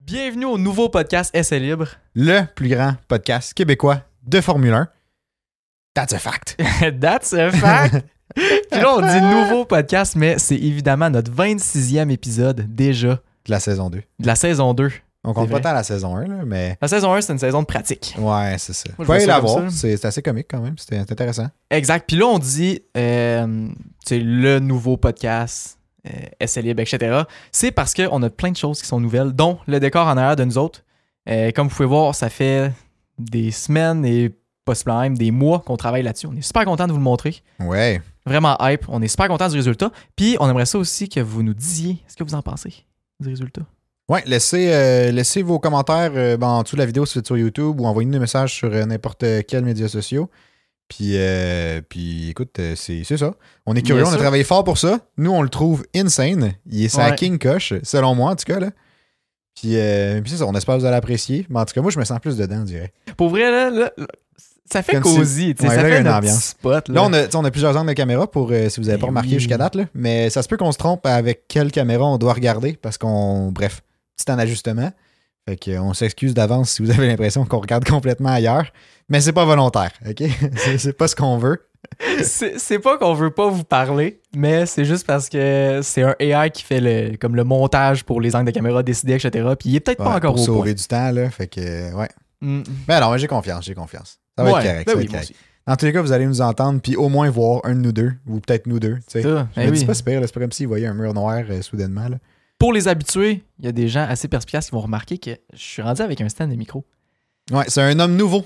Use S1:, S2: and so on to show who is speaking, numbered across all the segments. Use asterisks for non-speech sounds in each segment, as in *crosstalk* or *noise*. S1: Bienvenue au nouveau podcast Essai Libre.
S2: Le plus grand podcast québécois de Formule 1. That's a fact.
S1: *laughs* That's a fact. *laughs* Puis là, on dit nouveau podcast, mais c'est évidemment notre 26e épisode déjà
S2: De la saison 2.
S1: de la saison 2.
S2: On compte
S1: C'est
S2: pas
S1: vrai.
S2: tant la saison 1, là, mais.
S1: La saison 1, c'est une saison de pratique.
S2: Ouais, c'est ça.
S1: Moi, je
S2: Faut
S1: vois
S2: aller
S1: ça
S2: la
S1: comme
S2: voir.
S1: ça.
S2: C'est c'est assez comique quand même. C'était c'était intéressant.
S1: Exact. Puis là, on dit, euh, c'est le nouveau podcast, euh, Essai Libre, etc. C'est parce qu'on a plein de choses qui sont nouvelles, dont le décor en arrière de nous autres. Euh, comme vous pouvez voir, ça fait des semaines et possiblement même des mois qu'on travaille là-dessus. On est super content de vous le montrer.
S2: Ouais.
S1: vraiment hype. On est super content du résultat. Puis on aimerait ça aussi que vous nous disiez ce que vous en pensez du résultat.
S2: Ouais, laissez, euh, laissez vos commentaires euh, ben, en dessous de la vidéo si vous êtes sur YouTube ou envoyez-nous des messages sur euh, n'importe quel média social. Puis, euh, puis écoute, euh, c'est c'est ça. On est curieux,
S1: Bien
S2: on a
S1: sûr.
S2: travaillé fort pour ça. Nous, on le trouve insane. Il est sa
S1: Ouais.
S2: king coche, selon moi, en tout cas. Là. Puis, euh, puis c'est ça, on espère que vous allez apprécier. Mais en tout cas, moi, je me sens plus dedans, on dirait.
S1: Pour vrai, là, là, là, ça fait
S2: Comme
S1: cosy. tu sais,
S2: Ouais,
S1: ça
S2: là, il y a
S1: fait
S2: une
S1: notre
S2: ambiance.
S1: petit spot. Là,
S2: Là, on a, tu sais, on a plusieurs angles de caméra pour, euh, si vous n'avez
S1: Eh
S2: pas remarqué
S1: oui.
S2: jusqu'à date, là, mais ça se peut qu'on se trompe avec quelle caméra on doit regarder parce qu'on, bref, petit en ajustement. Fait qu'on s'excuse d'avance si vous avez l'impression qu'on regarde complètement ailleurs, mais c'est pas volontaire, ok? *laughs* c'est, c'est pas ce qu'on veut.
S1: *laughs* c'est c'est pas qu'on veut pas vous parler, mais c'est juste parce que c'est un AI qui fait le, comme le montage pour les angles de caméra décidés, etc. Puis il est peut-être
S2: Ouais,
S1: pas encore
S2: pour
S1: au
S2: sauver
S1: point.
S2: du temps, là. Fait que, euh, ouais.
S1: Mm.
S2: Mais alors, j'ai confiance, j'ai confiance. Ça va
S1: Ouais,
S2: être correct,
S1: ben
S2: ça va
S1: oui,
S2: être
S1: moi
S2: correct.
S1: aussi.
S2: Dans tous les cas, vous allez nous entendre, puis au moins voir un de nous deux, ou peut-être nous deux, tu sais.
S1: Ça,
S2: Je
S1: ben
S2: me
S1: oui.
S2: dis pas, c'est pire, là, c'est pas comme s'ils voyaient un mur noir euh, soudainement, là.
S1: Pour les habitués, il y a des gens assez perspicaces qui vont remarquer que je suis rendu avec un stand de micro.
S2: Ouais, c'est un homme nouveau.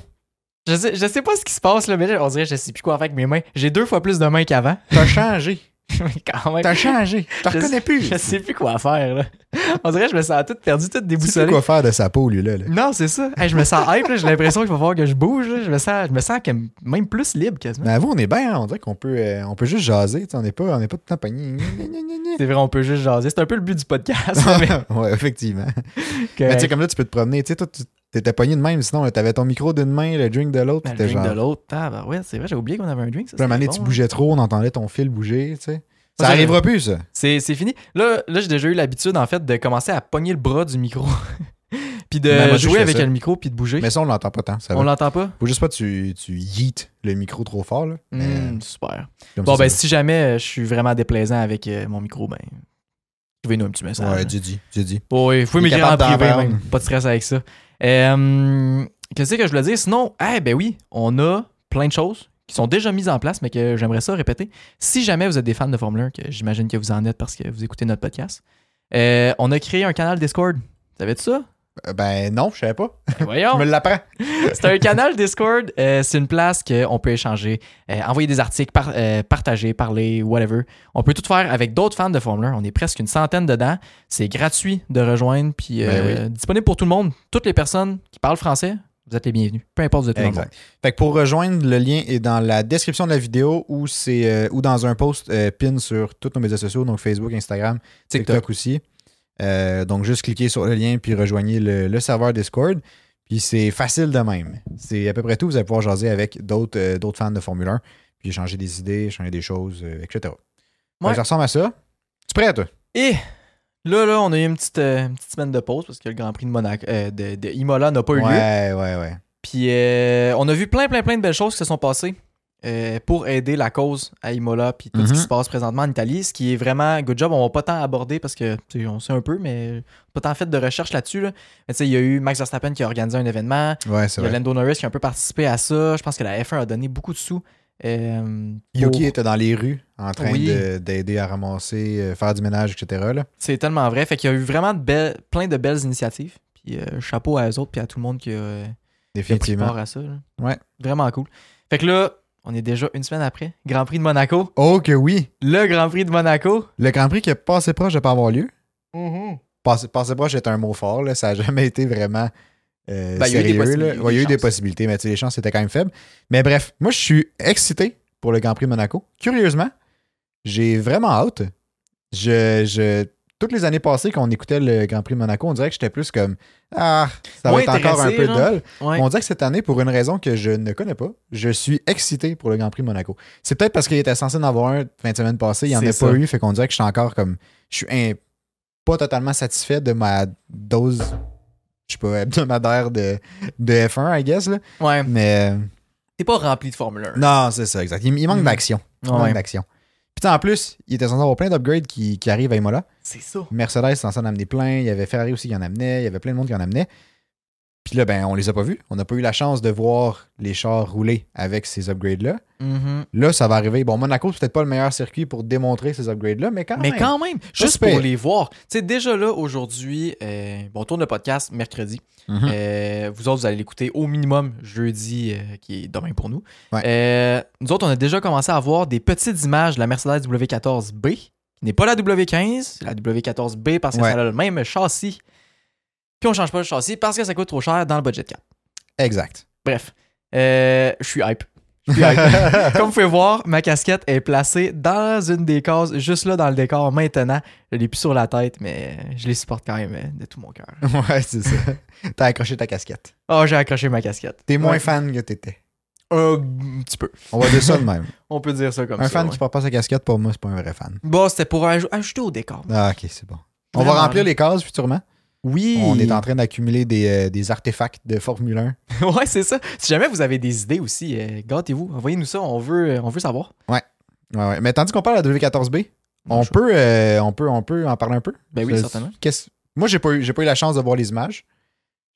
S1: Je sais, je sais pas ce qui se passe là, mais là, on dirait que je sais plus quoi faire avec mes mains. J'ai deux fois plus de mains qu'avant.
S2: T'as changé.
S1: *laughs* Mais quand même.
S2: T'as changé. Je te
S1: Je
S2: reconnais plus.
S1: Je sais plus quoi faire, là. *laughs* On dirait que je me sens tout perdu, tout
S2: Tu sais
S1: déboussolé.
S2: quoi faire de sa peau, lui, là. là.
S1: Non, c'est ça. Hey, je me sens hype, là. j'ai l'impression qu'il va falloir que je bouge. là. Je me sens, je me sens comme- même plus libre quasiment.
S2: Mais avoue, on est bien, hein. on dirait qu'on peut, euh, on peut juste jaser, tu sais, on n'est pas, on n'est pas tout le temps pogné. Gna, gna, gna, gna, gna.
S1: C'est vrai, on peut juste jaser. C'est un peu le but du *laughs* podcast. là, Ah, mais
S2: *laughs*
S1: Euh,
S2: ouais, effectivement.
S1: que-
S2: Mais tu sais, comme là, tu peux te promener. Tu sais, toi, tu t'étais pogné de même, sinon, là, t'avais ton micro d'une main, le drink de l'autre,
S1: Ben, le
S2: t'étais
S1: drink
S2: genre.
S1: de l'autre. Ah, ben ouais, c'est vrai, j'ai oublié qu'on avait un drink. ça,
S2: Puis à un moment donné,
S1: c'était
S2: tu
S1: bon, hein.
S2: bougeais trop, on entendait ton fil bouger, tu sais. Ça
S1: Ça,
S2: arrivera plus, ça.
S1: hein. C'est c'est fini. Là, là j'ai déjà eu l'habitude, en fait, de commencer à pogner le bras du micro. *laughs* puis de
S2: Ben, moi, je
S1: jouer
S2: fais
S1: avec
S2: ça.
S1: le micro, puis de bouger.
S2: Mais ça, on l'entend pas tant. Ça
S1: on
S2: va.
S1: l'entend pas?
S2: Faut juste pas que tu, tu yeet le micro trop fort, là. Mais,
S1: Hmm, super.
S2: comme
S1: Bon,
S2: ça,
S1: ben,
S2: ça
S1: si jamais euh, je suis vraiment déplaisant avec euh, mon micro, ben, trouvez-nous un petit
S2: va.
S1: message.
S2: Ouais, j'ai dit, j'ai dit.
S1: Oh oui, vous pouvez
S2: Il est
S1: m'écrire en
S2: capable d'en
S1: privé,
S2: vendre.
S1: même. Pas de stress avec ça. Euh, Qu'est-ce que je voulais dire? Sinon, eh ben oui, on a plein de choses qui sont déjà mises en place, mais que j'aimerais ça répéter. Si jamais vous êtes des fans de Formule 1, que j'imagine que vous en êtes parce que vous écoutez notre podcast, euh, on a créé un canal Discord. Savais-tu ça?
S2: Euh, *laughs* Ben non, je savais pas.
S1: Ben voyons!
S2: Je me l'apprends.
S1: C'est un canal Discord. euh, c'est une place qu'on peut échanger, euh, envoyer des articles, par- euh, partager, parler, whatever. On peut tout faire avec d'autres fans de Formule 1. On est presque une centaine dedans. C'est gratuit de rejoindre. Puis
S2: Ben
S1: euh, disponible pour tout le monde. Toutes les personnes qui parlent français, vous êtes les bienvenus. Peu importe, vous êtes tout le monde.
S2: Exact. Fait que pour rejoindre, le lien est dans la description de la vidéo ou c'est euh, ou dans un post euh, pin sur tous nos médias sociaux, donc Facebook, Instagram, TikTok,
S1: TikTok.
S2: aussi. Euh, donc juste cliquez sur le lien puis rejoignez le, le serveur Discord. Puis c'est facile de même. C'est à peu près tout. Vous allez pouvoir jaser avec d'autres euh, d'autres fans de Formule 1, puis échanger des idées, échanger des choses, euh, etc. Fait que
S1: Ouais.
S2: Ça ressemble à ça. Tu es prêt, toi?
S1: Et là, là, on a eu une petite, euh, une petite semaine de pause parce que le Grand Prix de, Monaco, euh, de, de Imola n'a pas eu lieu.
S2: Ouais, ouais, ouais.
S1: Puis euh, on a vu plein, plein, plein de belles choses qui se sont passées euh, pour aider la cause à Imola puis tout ce qui
S2: Mhm.
S1: se passe présentement en Italie, ce qui est vraiment good job. On va pas tant aborder parce que tu sais, on sait un peu, mais pas tant fait de recherche là-dessus. Là. Mais tu sais, il y a eu Max Verstappen qui a organisé un événement.
S2: Ouais, c'est
S1: Il y a
S2: vrai.
S1: Lando Norris qui a un peu participé à ça. Je pense que la F1 a donné beaucoup de sous. euh,
S2: Yuki
S1: pour-
S2: était dans les rues en train
S1: Oui.
S2: de- d'aider à ramasser, euh, faire du ménage, etc. là.
S1: C'est tellement vrai. Fait qu'il y a eu vraiment de belles, plein de belles initiatives. Puis euh, chapeau à eux autres puis à tout le monde qui a, euh, qui a pris
S2: Définitivement.
S1: part à ça. là.
S2: Ouais.
S1: Vraiment cool. Fait que là, on est déjà une semaine après. Grand Prix de Monaco.
S2: Oh que oui!
S1: le Grand Prix de Monaco.
S2: Le Grand Prix qui a passé proche de pas avoir lieu.
S1: Mm-hmm.
S2: Passé, passé proche est un mot fort, là. ça n'a *laughs* jamais été vraiment euh,
S1: Ben, il y a eu des
S2: sérieux. là. Ouais, Il
S1: possibilités,
S2: y a eu, des,
S1: des chances.
S2: possibilités, mais tu sais, les chances étaient quand même faibles. Mais bref, moi je suis excité pour le Grand Prix de Monaco. Curieusement, j'ai vraiment hâte. Je, je- toutes les années passées qu'on écoutait le Grand Prix de Monaco, on dirait que j'étais plus comme Ah, ça va
S1: Moins
S2: être encore un
S1: intéressé,
S2: peu
S1: genre.
S2: dull.
S1: Ouais.
S2: On dirait que cette année, pour une raison que je ne connais pas, je suis excité pour le Grand Prix de Monaco. C'est peut-être parce qu'il était censé en avoir un 20 semaines passées, il n'y en
S1: C'est
S2: a
S1: ça.
S2: pas eu, fait qu'on dirait que je suis encore comme. Je suis un- pas totalement satisfait de ma dose je sais pas, hebdomadaire de, de F1, I guess. Là.
S1: Ouais.
S2: Mais
S1: T'es pas rempli de Formule 1.
S2: non, c'est ça, exact. Il, il manque
S1: Mm.
S2: d'action. Il
S1: Ouais.
S2: manque d'action. Puis en plus, il était censé avoir plein d'upgrades qui, qui arrivent à Imola.
S1: C'est ça.
S2: Mercedes est censé en amener plein. Il y avait Ferrari aussi qui en amenait. Il y avait plein de monde qui en amenait. Puis là, ben, on les a pas vus. On n'a pas eu la chance de voir les chars rouler avec ces upgrades-là.
S1: Mhm.
S2: Là, ça va arriver. Bon, Monaco, c'est peut-être pas le meilleur circuit pour démontrer ces upgrades-là, mais quand
S1: Mais
S2: même.
S1: quand même, juste
S2: pire.
S1: pour les voir. Tu sais, déjà là, aujourd'hui, euh, bon, on tourne le podcast mercredi.
S2: Mhm.
S1: Euh, vous autres, vous allez l'écouter au minimum jeudi, euh, qui est demain pour nous.
S2: Ouais.
S1: Euh, nous autres, on a déjà commencé à voir des petites images de la Mercedes W14B, qui n'est pas la W15, c'est la W14B parce que
S2: Ouais.
S1: ça a le même châssis. Puis on change pas le châssis parce que ça coûte trop cher dans le budget 4. *laughs*
S2: Exact.
S1: Bref, euh, je suis hype. Je suis hype. Comme vous pouvez voir, ma casquette est placée dans une des cases, juste là dans le décor maintenant. Je l'ai plus sur la tête, mais je les supporte quand même euh, de tout mon cœur.
S2: ouais, c'est ça. T'as accroché ta casquette.
S1: Oh, j'ai accroché ma casquette.
S2: T'es moins
S1: Ouais.
S2: fan que t'étais.
S1: Euh, un petit peu.
S2: On va dire ça de même.
S1: On peut dire ça *laughs* comme
S2: un
S1: ça.
S2: fan
S1: ouais.
S2: qui porte pas sa casquette, pour moi, c'est pas un vrai fan.
S1: Bon, c'était pour aj- ajouter au décor.
S2: Ah, ok, c'est bon. On
S1: Vraiment,
S2: va remplir
S1: là.
S2: les cases futurement.
S1: Oui.
S2: On est en train d'accumuler des, euh, des artefacts de Formule 1.
S1: *laughs* ouais, c'est ça. Si jamais vous avez des idées aussi, euh, gâtez-vous. Envoyez-nous ça. On veut, euh, on veut savoir.
S2: Ouais, ouais. Mais tandis qu'on parle de la W14B, on
S1: Je-
S2: peut, euh, on, peut, on peut en parler un peu.
S1: Ben oui,
S2: Ça-
S1: certainement.
S2: qu'est-ce- Moi, j'ai pas, eu- j'ai pas eu la chance de voir les images.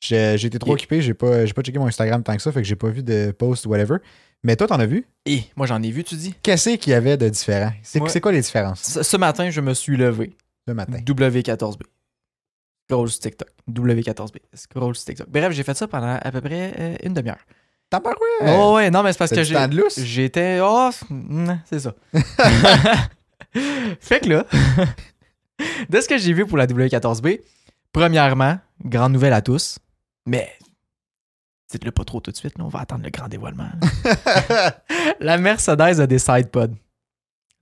S2: J'ai j'ai été trop
S1: Yeah.
S2: occupé, j'ai pas, j'ai pas checké mon Instagram tant que ça, fait que j'ai pas vu de post ou whatever. Mais toi, t'en as vu?
S1: Et moi, j'en ai vu, tu dis.
S2: Qu'est-ce qu'il y avait de différent? C'est
S1: Ouais.
S2: c'est quoi les différences
S1: Ce, ce matin, je me suis levé.
S2: le matin?
S1: W14B. Scroll sur TikTok. W14B. Scroll sur TikTok. Bref, j'ai fait ça pendant à peu près euh, une demi-heure.
S2: T'as pas
S1: oh ouais, non, mais c'est parce que
S2: du
S1: j'ai.
S2: temps de lousse?
S1: J'étais. Oh, mm, c'est ça. fait que là, de ce que j'ai vu pour la W14B, premièrement, grande nouvelle à tous, mais dites-le pas trop tout de suite, là, on va attendre le grand dévoilement. la Mercedes a des sidepods.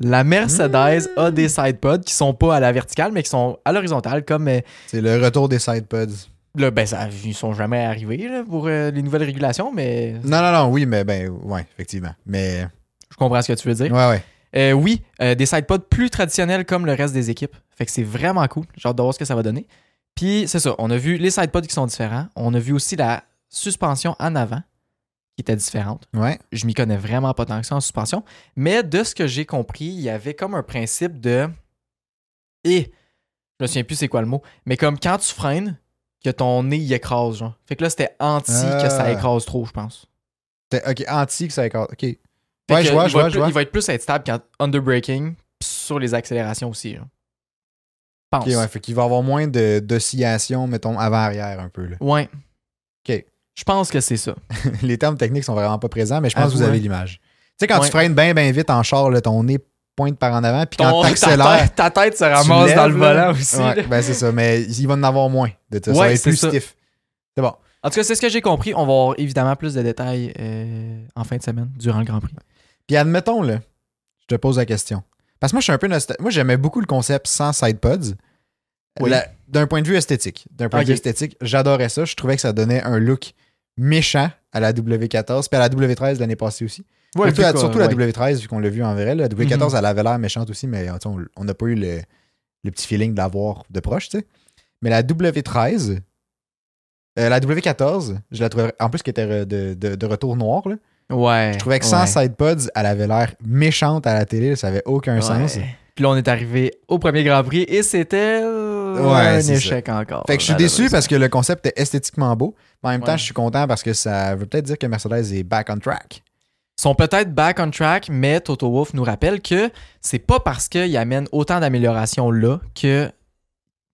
S1: La Mercedes a des sidepods qui sont pas à la verticale, mais qui sont à l'horizontale, comme euh,
S2: C'est le retour des sidepods.
S1: là, ben, ça, ils sont jamais arrivés là, pour euh, les nouvelles régulations, mais
S2: Non, non, non, oui, mais ben, ouais, effectivement. Mais,
S1: je comprends ce que tu veux dire.
S2: ouais, ouais.
S1: Euh, oui, euh, des sidepods plus traditionnels comme le reste des équipes. Fait que c'est vraiment cool. J'ai hâte de voir ce que ça va donner. Puis c'est ça, on a vu les sidepods qui sont différents. On a vu aussi la suspension en avant qui était différente.
S2: Ouais.
S1: Je m'y connais vraiment pas tant que ça en suspension. Mais de ce que j'ai compris, il y avait comme un principe de. Et je me souviens plus c'est quoi le mot, mais comme quand tu freines, que ton nez y écrase, genre. Fait que là, c'était anti que ça
S2: Ah.
S1: écrase trop, je pense.
S2: T'es- Ok, anti que ça écarte. Ok. Ouais,
S1: Fait que
S2: je vois,
S1: il
S2: je
S1: va
S2: vois,
S1: plus-
S2: je vois.
S1: Il va être plus stable quand under braking pis sur les accélérations aussi. là. Pense.
S2: Ok, ouais, fait qu'il va avoir moins de- d'oscillation, mettons, avant-arrière un peu. Là.
S1: Ouais.
S2: Ok.
S1: Je pense que c'est ça.
S2: *laughs* Les termes techniques sont vraiment pas présents, mais je pense
S1: Ah,
S2: que vous
S1: ouais.
S2: avez l'image. Tu sais, quand
S1: Ouais.
S2: tu freines bien, bien vite en char, là, ton nez pointe par en avant, puis quand
S1: Ton- ta,
S2: t'accélères,
S1: tête- ta tête se
S2: tu
S1: ramasse
S2: lèves,
S1: dans le
S2: là.
S1: volant aussi.
S2: Ouais,
S1: là.
S2: ben, c'est ça, mais il va en avoir moins de ça. ça
S1: Ouais,
S2: va être
S1: c'est
S2: plus
S1: ça.
S2: stiff. C'est bon.
S1: En tout cas, c'est ce que j'ai compris. On va avoir évidemment plus de détails euh, en fin de semaine durant le Grand Prix.
S2: Puis admettons, là, je te pose la question. Parce que moi, je suis un peu nostalgique. Moi, j'aimais beaucoup le concept sans sidepods.
S1: Oui.
S2: La- D'un point de vue esthétique. D'un point
S1: Ok.
S2: de vue esthétique, j'adorais ça. Je trouvais que ça donnait un look méchant à la W14, puis à la W13 l'année passée aussi. surtout la, surtout la W13, vu qu'on l'a vu en vrai. La W14,
S1: Mhm.
S2: elle avait l'air méchante aussi, mais tu sais, on- on n'a pas eu le, le petit feeling de l'avoir de proche, tu sais. Mais la W13, euh, la W14, je la trouvais, en plus qu'elle était re- de, de- de retour noir, là,
S1: Ouais.
S2: je trouvais que sans
S1: ouais.
S2: sidepods, elle avait l'air méchante à la télé, ça avait aucun
S1: Ouais.
S2: sens.
S1: Puis là, on est arrivé au premier Grand Prix et c'était euh,
S2: Ouais,
S1: un
S2: c'est
S1: échec encore.
S2: Fait que je suis déçu parce que le concept est esthétiquement beau. Mais en même
S1: Ouais.
S2: temps, je suis content parce que ça veut peut-être dire que Mercedes est back on track.
S1: sont peut-être back on track, mais Toto Wolff nous rappelle que c'est pas parce qu'ils amènent autant d'améliorations là que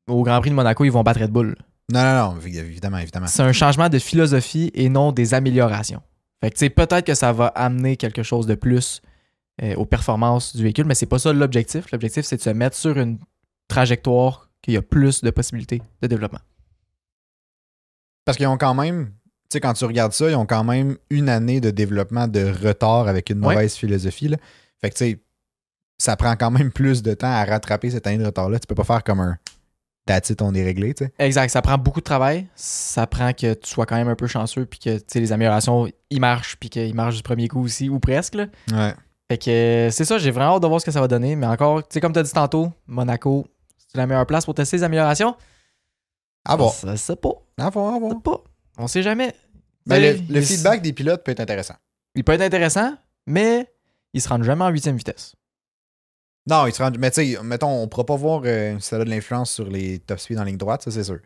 S1: au Grand Prix de Monaco, ils vont battre Red Bull.
S2: Non, non, non, évidemment, évidemment.
S1: C'est un changement de philosophie et non des améliorations. Fait que tu sais, peut-être que ça va amener quelque chose de plus euh, aux performances du véhicule, mais c'est pas ça l'objectif. L'objectif, c'est de se mettre sur une trajectoire qu'il y a plus de possibilités de développement.
S2: Parce qu'ils ont quand même, tu sais, quand tu regardes ça, ils ont quand même une année de développement de retard avec une
S1: Ouais.
S2: mauvaise philosophie. là. Fait que, tu sais, ça prend quand même plus de temps à rattraper cette année de retard-là. Tu peux pas faire comme un that's it, on est réglé, tu sais.
S1: Exact, ça prend beaucoup de travail, ça prend que tu sois quand même un peu chanceux, puis que tu sais, les améliorations, ils marchent, puis qu'ils marchent du premier coup aussi, ou presque. là.
S2: Ouais.
S1: Fait que euh, c'est ça, j'ai vraiment hâte de voir ce que ça va donner. Mais encore, tu sais, comme tu as dit tantôt, Monaco, c'est la meilleure place pour tester les améliorations.
S2: À voir.
S1: Ça, ça pas.
S2: À voir, à voir.
S1: ça pas. On sait jamais.
S2: Mais
S1: Tu sais,
S2: le, le
S1: il-
S2: feedback des pilotes peut être intéressant.
S1: Il peut être intéressant, mais ils se rendent jamais en huitième vitesse.
S2: Non, il se rend. Mais tu sais, mettons, on ne pourra pas voir euh, si ça a de l'influence sur les top speed en ligne droite, ça c'est sûr.
S1: Non,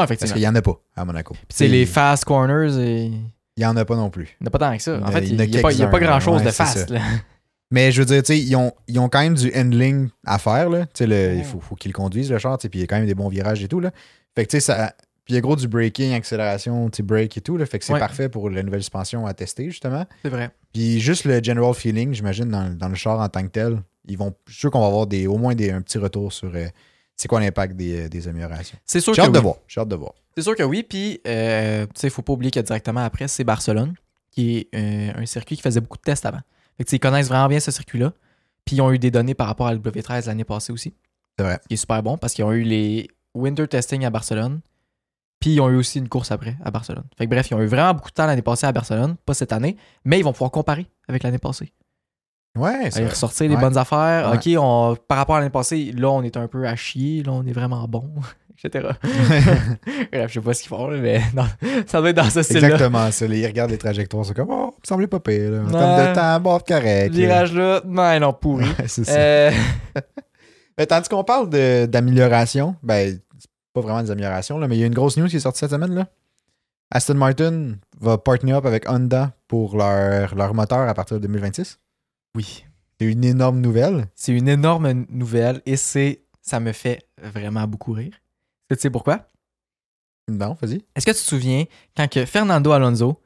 S2: Parce
S1: effectivement.
S2: qu'il n'y en a pas à Monaco.
S1: Puis tu sais, les fast corners, et... il n'y
S2: Il n'y en a pas non plus.
S1: en a pas tant que ça. En
S2: Il y
S1: fait,
S2: en
S1: il
S2: a
S1: n'y a, pas- il y a pas
S2: quelques-uns,
S1: grand chose
S2: ouais,
S1: de
S2: c'est
S1: fast.
S2: ça.
S1: là. *laughs*
S2: Mais je veux dire, tu sais, ils ont, ils ont quand même du handling à faire, là. Tu sais, le-
S1: Ouais.
S2: il faut, faut qu'ils le conduisent, le char, tu sais, puis il y a quand même des bons virages et tout, là. Fait que, tu sais, ça... Puis il y a gros du braking, accélération, tu sais, brake et tout, là. Fait que c'est
S1: Ouais.
S2: parfait pour la nouvelle suspension à tester, justement.
S1: C'est vrai.
S2: Puis juste le general feeling, j'imagine, dans, dans le char en tant que tel, ils vont... Je suis sûr qu'on va avoir des, au moins des, un petit retour sur... euh, c'est quoi l'impact des, euh, des améliorations.
S1: C'est sûr,
S2: J'ai
S1: que
S2: hâte de
S1: oui.
S2: voir. J'ai hâte de voir.
S1: C'est sûr que oui. Puis, euh, tu sais, faut pas oublier que directement après, c'est Barcelone, qui est euh, un circuit qui faisait beaucoup de tests avant. Fait que, tu sais, ils connaissent vraiment bien ce circuit-là. Puis, ils ont eu des données par rapport à le W13 l'année passée aussi.
S2: C'est vrai.
S1: Ce qui est super bon parce qu'ils ont eu les winter testing à Barcelone. Puis ils ont eu aussi une course après à Barcelone. Fait que bref, ils ont eu vraiment beaucoup de temps l'année passée à Barcelone, pas cette année, mais ils vont pouvoir comparer avec l'année passée.
S2: Ouais, c'est
S1: Aller
S2: vrai. *laughs*
S1: ressortir les
S2: Ouais.
S1: bonnes affaires.
S2: Ouais.
S1: OK, on, par rapport à l'année passée, là, on est un peu à chier, là, on est vraiment bon, *laughs* etc. bref, je sais pas ce qu'ils font, là, mais *laughs* non, ça doit être dans ce style-là.
S2: Exactement, ça. Ils regardent les trajectoires, c'est comme, oh, il me semblait pas pire, là. En
S1: Ouais.
S2: termes de temps, bon, correct. là.
S1: Virage-là, non, non, pourri.
S2: Ouais, *laughs* c'est ça.
S1: Euh,
S2: Mais Ben, tandis qu'on parle de- d'amélioration, ben, c'est pas vraiment des améliorations, là, mais il y a une grosse news qui est sortie cette semaine. Là. Aston Martin va partner up avec Honda pour leur, leur moteur à partir de 2026.
S1: oui,
S2: C'est une énorme nouvelle.
S1: c'est une énorme nouvelle et c'est ça me fait vraiment beaucoup rire. Est-ce que Tu sais pourquoi?
S2: Non, vas-y.
S1: Est-ce que tu te souviens quand que Fernando Alonso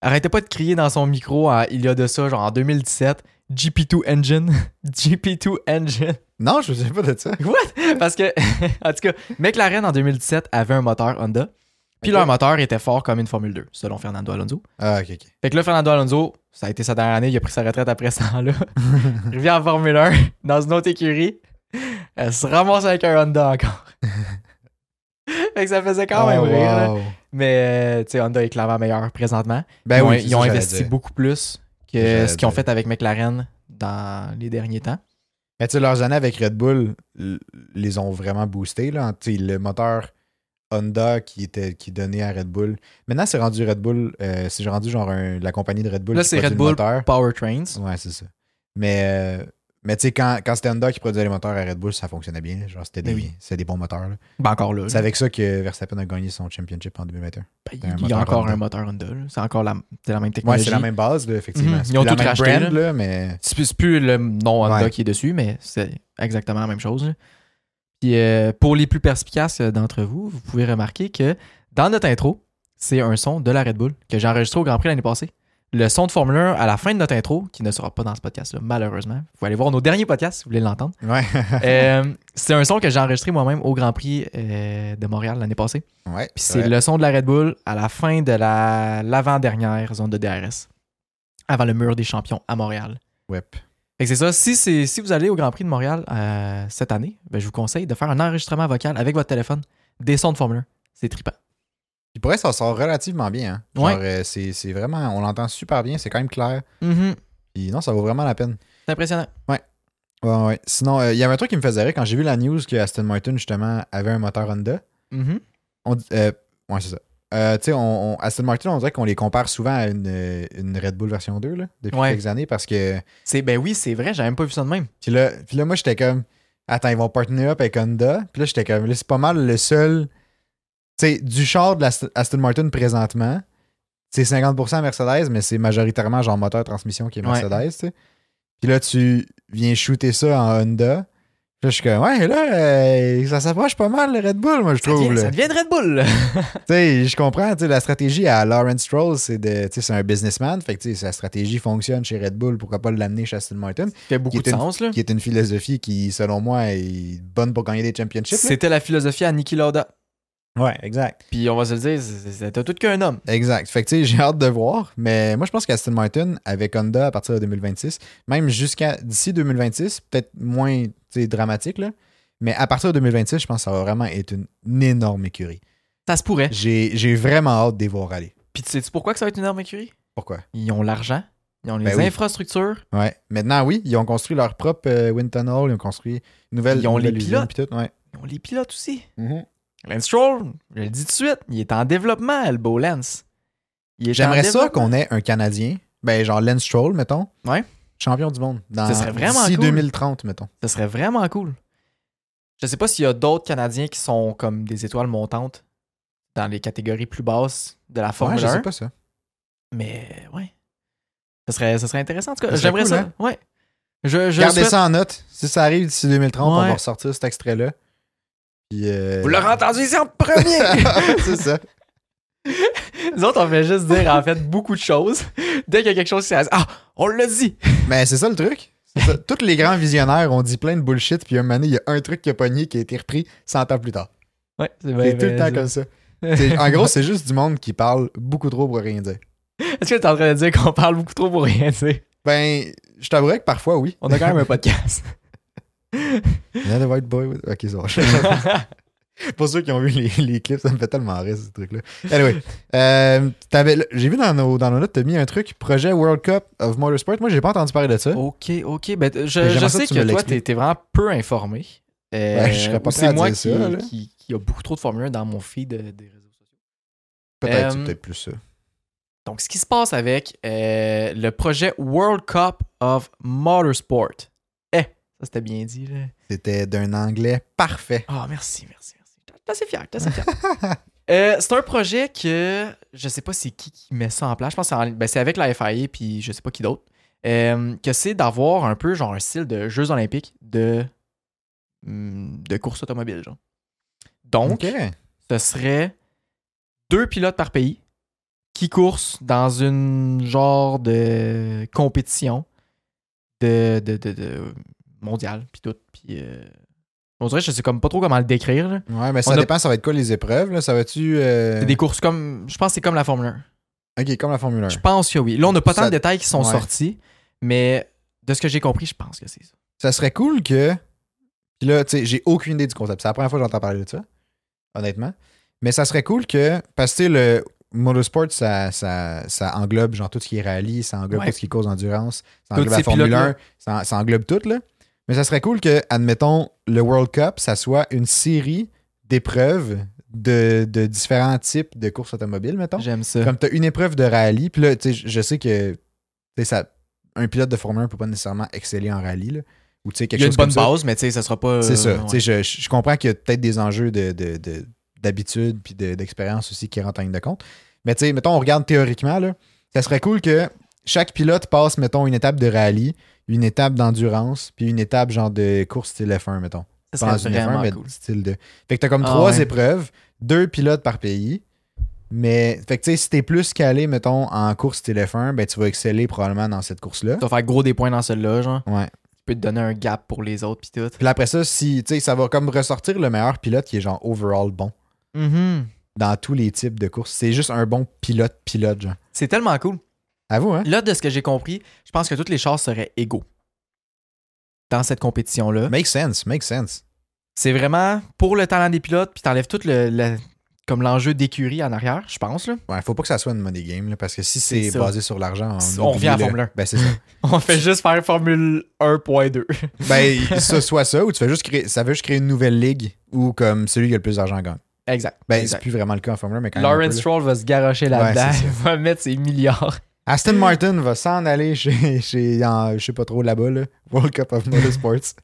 S1: arrêtait pas de crier dans son micro en- il y a de ça, genre en 2017, GP2 Engine, *laughs* GP2 Engine? *laughs*
S2: Non, je ne sais pas de ça.
S1: What? Parce que, *laughs* en tout cas, McLaren en 2017 avait un moteur Honda, puis
S2: Ok.
S1: leur moteur était fort comme une Formule 2, selon Fernando Alonso.
S2: Ah, ok, ok.
S1: Fait que là, Fernando Alonso, ça a été sa dernière année, il a pris sa retraite après ça
S2: *laughs*
S1: là Il revient en Formule 1 dans une autre écurie. Elle se ramasse avec un Honda encore.
S2: *laughs*
S1: fait que ça faisait quand même
S2: Oh,
S1: rire. là.
S2: wow.
S1: Mais euh, tu sais, Honda est clairement meilleur présentement.
S2: Ben
S1: ils ont,
S2: oui, c'est
S1: ils
S2: ça
S1: ont
S2: que j'allais
S1: investi
S2: dire.
S1: beaucoup plus que
S2: J'allais
S1: ce qu'ils ont
S2: dire.
S1: fait avec McLaren dans les derniers temps.
S2: Mais tu sais, leurs années avec Red Bull l- les ont vraiment boostés. Là. Tu sais, le moteur Honda qui était qui donnait à Red Bull. Maintenant, c'est rendu Red Bull. euh, c'est rendu genre un- la compagnie de Red Bull.
S1: Là,
S2: qui
S1: c'est
S2: produit
S1: Red
S2: le
S1: Bull.
S2: moteur.
S1: Powertrains.
S2: Ouais, c'est ça. Mais, euh, mais tu sais, quand, quand c'était Honda qui produisait les moteurs à Red Bull, ça fonctionnait bien. là. Genre, c'était des,
S1: Ben oui.
S2: c'était des bons moteurs. là.
S1: Ben encore là.
S2: C'est avec ça que Verstappen a gagné son championship en 2021.
S1: ben,
S2: c'est un
S1: il y a
S2: moteur
S1: encore
S2: Honda.
S1: un moteur Honda. là. C'est encore la, c'est la même
S2: Ouais,
S1: technologie.
S2: c'est la même base, là, effectivement.
S1: Mhm.
S2: C'est
S1: Ils ont
S2: plus
S1: tout
S2: la même
S1: racheté,
S2: brand, là, mais *laughs*
S1: C'est plus, c'est plus le nom Honda
S2: Ouais.
S1: qui est dessus, mais c'est exactement la même chose. là. Puis euh, pour les plus perspicaces euh, d'entre vous, vous pouvez remarquer que dans notre intro, c'est un son de la Red Bull que j'ai enregistré au Grand Prix l'année passée. Le son de Formule 1 à la fin de notre intro, qui ne sera pas dans ce podcast-là, malheureusement. Vous pouvez aller voir nos derniers podcasts si vous voulez l'entendre.
S2: *laughs* ouais.
S1: Euh, c'est un son que j'ai enregistré moi-même au Grand Prix euh, de Montréal l'année passée.
S2: ouais.
S1: Puis c'est le son de la Red Bull à la fin de la, l'avant-dernière zone de DRS, avant le mur des champions à Montréal.
S2: Ouais.
S1: Fait que c'est ça. Si, c'est- si vous allez au Grand Prix de Montréal euh, cette année, ben, je vous conseille de faire un enregistrement vocal avec votre téléphone des sons de Formule 1. C'est trippant.
S2: Il pourrait s'en sort relativement bien. hein. Genre,
S1: Ouais.
S2: euh, c'est c'est vraiment, on l'entend super bien, c'est quand même clair. Puis non, ça vaut vraiment la peine.
S1: C'est impressionnant.
S2: Ouais, ouais. Sinon, euh, il y avait un truc qui me faisait rire quand j'ai vu la news que Aston Martin, justement, avait un moteur Honda. On dit- euh, ouais, c'est ça. Euh, tu sais, on, on- Aston Martin, on dirait qu'on les compare souvent à une, euh, une Red Bull version 2 là, depuis
S1: Ouais.
S2: quelques années parce que.
S1: C'est, ben oui, c'est vrai, j'avais même pas vu ça de même.
S2: Puis là, puis là moi, j'étais comme. Attends, ils vont partner up avec Honda. Puis là, j'étais comme. Là, c'est pas mal le seul. Tu sais, du char de l'Ast- Aston Martin présentement, c'est 50% Mercedes, mais c'est majoritairement genre moteur transmission qui est
S1: Ouais.
S2: Mercedes. tu sais. Puis là, tu viens shooter ça en Honda. Puis là, je suis comme, ouais, là, euh, ça s'approche pas mal, le Red Bull, moi, je
S1: Ça
S2: trouve.
S1: devient,
S2: là.
S1: *laughs* ça devient de Red Bull.
S2: Tu sais, je comprends, tu sais, la stratégie à Lawrence Stroll, c'est de, tu sais, c'est un businessman, fait que tu sais, sa stratégie fonctionne chez Red Bull, pourquoi pas l'amener chez Aston Martin,
S1: Ça fait beaucoup
S2: Il
S1: de
S2: était une-
S1: sens. Là.
S2: qui est une philosophie qui, selon moi, est bonne pour gagner des championships. là.
S1: C'était la philosophie à Niki Lauda.
S2: Ouais, exact.
S1: Puis on va se le dire, c'est- c'est- c'était tout qu'un homme.
S2: Exact. Fait que tu sais, j'ai hâte de voir, mais moi, je pense qu'Aston Martin, avec Honda à partir de 2026, même jusqu'à d'ici 2026, peut-être moins, tu sais, dramatique, là, mais à partir de 2026, je pense que ça va vraiment être une, une énorme écurie.
S1: Ça se pourrait.
S2: J'ai j'ai vraiment hâte de les voir aller.
S1: Puis tu sais-tu pourquoi que ça va être une énorme écurie?
S2: Pourquoi?
S1: Ils ont l'argent, ils ont les
S2: Ben oui.
S1: infrastructures,
S2: Ouais. Maintenant, oui, ils ont construit leur propre euh, wind tunnel, ils ont construit une nouvelle.
S1: Ils ont
S2: une nouvelle
S1: les
S2: usine,
S1: pilotes. Mm-hmm.
S2: puis tout, ouais.
S1: ils ont les pilotes aussi. Lance Stroll, je le dis tout de suite, il est en développement, le beau Lance. Il est
S2: J'aimerais
S1: en
S2: ça
S1: développement.
S2: qu'on ait un Canadien, ben genre Lance Stroll, mettons.
S1: Ouais.
S2: Champion du monde. Dans,
S1: Ce serait vraiment
S2: d'ici
S1: cool.
S2: 2030, mettons.
S1: Ce serait vraiment cool. Je sais pas s'il y a d'autres Canadiens qui sont comme des étoiles montantes dans les catégories plus basses de la Formule
S2: Ouais, je
S1: 1.
S2: sais pas ça.
S1: Mais ouais. Ça serait, ça serait intéressant en tout cas.
S2: Ça serait
S1: J'aimerais
S2: cool,
S1: ça.
S2: hein?
S1: Ouais. Je, je
S2: Gardez
S1: souhaite-
S2: ça en note. Si ça arrive d'ici 2030, on
S1: Ouais.
S2: va ressortir cet extrait-là. Puis, euh, *laughs*
S1: Vous l'aurez entendu ici en *laughs* premier!
S2: c'est ça.
S1: Nous autres, on fait juste dire en fait beaucoup de choses. Dès qu'il y a quelque chose qui s'est Ah, on l'a dit!
S2: Mais c'est ça le truc. C'est ça. Tous les grands visionnaires ont dit plein de bullshit, puis un moment donné, il y a un truc qui a pogné qui a été repris 100 ans plus tard.
S1: Ouais, c'est
S2: C'est
S1: bien.
S2: tout le
S1: bien
S2: temps
S1: ça. *laughs*
S2: comme ça. C'est- en gros, c'est juste du monde qui parle beaucoup trop pour rien dire.
S1: Est-ce que t'es en train de dire qu'on parle beaucoup trop pour rien, tu sais?
S2: Ben, je t'avouerais que parfois, oui.
S1: On a quand même un podcast.
S2: *laughs* Another white boy with- Ok, ça va. *laughs* Pour ceux qui ont vu les, les clips, ça me fait tellement rire, ce truc-là. Anyway, euh, t'avais- j'ai vu dans nos, dans nos notes, t'as mis un truc, projet World Cup of Motorsport. Moi, j'ai pas entendu parler de ça.
S1: ok, ok. Ben, je,
S2: Mais j'aimerais
S1: je
S2: ça
S1: sais
S2: que tu
S1: que,
S2: me
S1: toi,
S2: l'expliques.
S1: t'es t'es vraiment peu informé. Euh,
S2: Ben, je serais pas
S1: ou
S2: prêt
S1: c'est
S2: à
S1: moi
S2: dire
S1: qui,
S2: ça, là.
S1: qui, qui a beaucoup trop de Formule 1 dans mon feed euh, des réseaux sociaux.
S2: Peut-être, c'est
S1: Euh,
S2: peut-être plus ça.
S1: Donc, ce qui se passe avec euh, le projet World Cup of Motorsport. Eh, ça c'était bien dit. Là.
S2: C'était d'un anglais parfait.
S1: Ah, merci, merci, merci. T'es assez fier, t'es assez fier. *laughs* Euh, c'est un projet que je sais pas c'est qui qui met ça en place. Je pense que c'est en- ben, c'est avec la FIA puis je sais pas qui d'autre. Euh, que c'est d'avoir un peu genre un style de Jeux olympiques de, hum, de course automobile. Genre. Donc,
S2: Ok.
S1: ce serait deux pilotes par pays qui coursent dans une genre de compétition de, de, de, de mondiale, puis tout. Puis, euh, on dirait, je sais comme pas trop comment le décrire. là.
S2: Ouais, mais ça
S1: On a-
S2: dépend, ça va être quoi les épreuves, là? Ça va-tu. euh,
S1: C'est des courses comme. Je pense que c'est comme la Formule 1.
S2: Ok, comme la Formule 1.
S1: Je pense que oui. Là, on n'a pas tant
S2: Ça-
S1: de détails qui sont
S2: ouais.
S1: sortis, mais de ce que j'ai compris, je pense que c'est ça.
S2: Ça serait cool que. Puis là, tu sais, j'ai aucune idée du concept. C'est la première fois que j'entends parler de ça, honnêtement. Mais ça serait cool que. Parce que, tu sais, le motorsport, ça, ça, ça englobe genre tout ce qui est rallye, ça englobe
S1: Ouais.
S2: tout ce qui cause endurance, ça
S1: Tous
S2: englobe la
S1: ces
S2: Formule
S1: pilotes-là.
S2: 1, ça, ça englobe tout, là. Mais ça serait cool que, admettons, le World Cup, ça soit une série d'épreuves de, de différents types de courses automobiles, mettons.
S1: J'aime ça.
S2: Comme tu as une épreuve de rallye, puis là, tu sais, je je sais que tu sais, ça, un pilote de Formule 1 peut pas nécessairement exceller en rallye, là. Ou tu sais, quelque
S1: Il y a une
S2: chose
S1: bonne
S2: comme ça.
S1: base, mais tu sais, ça sera pas. euh,
S2: C'est ça.
S1: ouais.
S2: Tu sais, je, je comprends qu'il y a peut-être des enjeux de- de- de- d'habitude puis de- d'expérience aussi qui rentrent en ligne de compte. Mais tu sais, mettons, on regarde théoriquement, là, ça serait cool que chaque pilote passe, mettons, une étape de rallye, une étape d'endurance, puis une étape genre de course style F1, mettons.
S1: Ça
S2: Pas dans
S1: serait
S2: une F1,
S1: vraiment
S2: mais
S1: cool.
S2: style de. Fait que t'as comme
S1: Ah
S2: trois
S1: ouais.
S2: épreuves, deux pilotes par pays. Mais, fait que tu sais, si t'es plus calé, mettons, en course style F1, ben tu vas exceller probablement dans cette course-là.
S1: Tu vas faire gros des points dans celle-là, genre.
S2: Ouais.
S1: Tu peux te donner un gap pour les autres, puis tout.
S2: Puis là, après ça, si, tu sais, ça va comme ressortir le meilleur pilote qui est genre overall bon Mm-hmm. dans tous les types de courses. C'est juste un bon pilote-pilote, genre.
S1: C'est tellement cool.
S2: Avoue, hein?
S1: Là, de ce que j'ai compris, je pense que tous les chars seraient égaux dans cette compétition-là.
S2: Make sense, make sense.
S1: C'est vraiment pour le talent des pilotes, puis t'enlèves tout le, le- comme l'enjeu d'écurie en arrière, je pense. Là.
S2: Ouais, faut pas que ça soit une money game, là, parce que si
S1: C'est
S2: c'est
S1: ça.
S2: basé sur l'argent,
S1: On
S2: oublie
S1: revient à
S2: le-
S1: Formule 1.
S2: Ben,
S1: *laughs*
S2: c'est ça.
S1: *laughs* On fait juste faire Formule 1.2.
S2: ben, ce soit ça, ou tu fais juste créer, ça veut juste créer une nouvelle ligue où, comme, celui qui a le plus d'argent gagne.
S1: Exact.
S2: Ben, c'est
S1: exact.
S2: plus vraiment le cas en Formule 1, mais quand même un peu,
S1: Lawrence
S2: là.
S1: Stroll va se garrocher là-dedans.
S2: Ouais,
S1: *laughs*
S2: c'est ça.
S1: il va mettre ses milliards.
S2: Aston Martin va s'en aller chez, *laughs* chez en- je sais pas trop, là-bas, là. World Cup of Motorsports.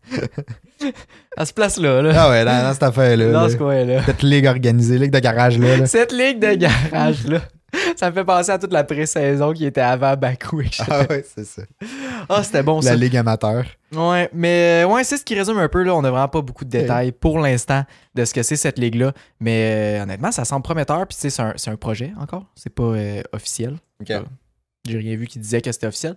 S1: À ce place-là. Là.
S2: *laughs* ah ouais, dans, dans cette affaire-là.
S1: dans
S2: là.
S1: ce coin-là.
S2: Cette ligue organisée, ligue de garage-là. là.
S1: Cette ligue de garage-là, *laughs* ça me fait penser à toute la pré-saison qui était avant Bakou, etc.
S2: *laughs* Ah ouais, c'est *laughs* ça.
S1: Ah, c'était bon ça.
S2: La ligue amateur.
S1: Ouais, mais euh, ouais, c'est ce qui résume un peu là. On n'a vraiment pas beaucoup de détails pour l'instant de ce que c'est cette ligue-là. Mais euh, honnêtement, ça semble prometteur. Puis tu sais, c'est un, c'est un projet encore. C'est pas euh, officiel.
S2: Ah.
S1: Euh, J'ai rien vu qui disait que c'était officiel.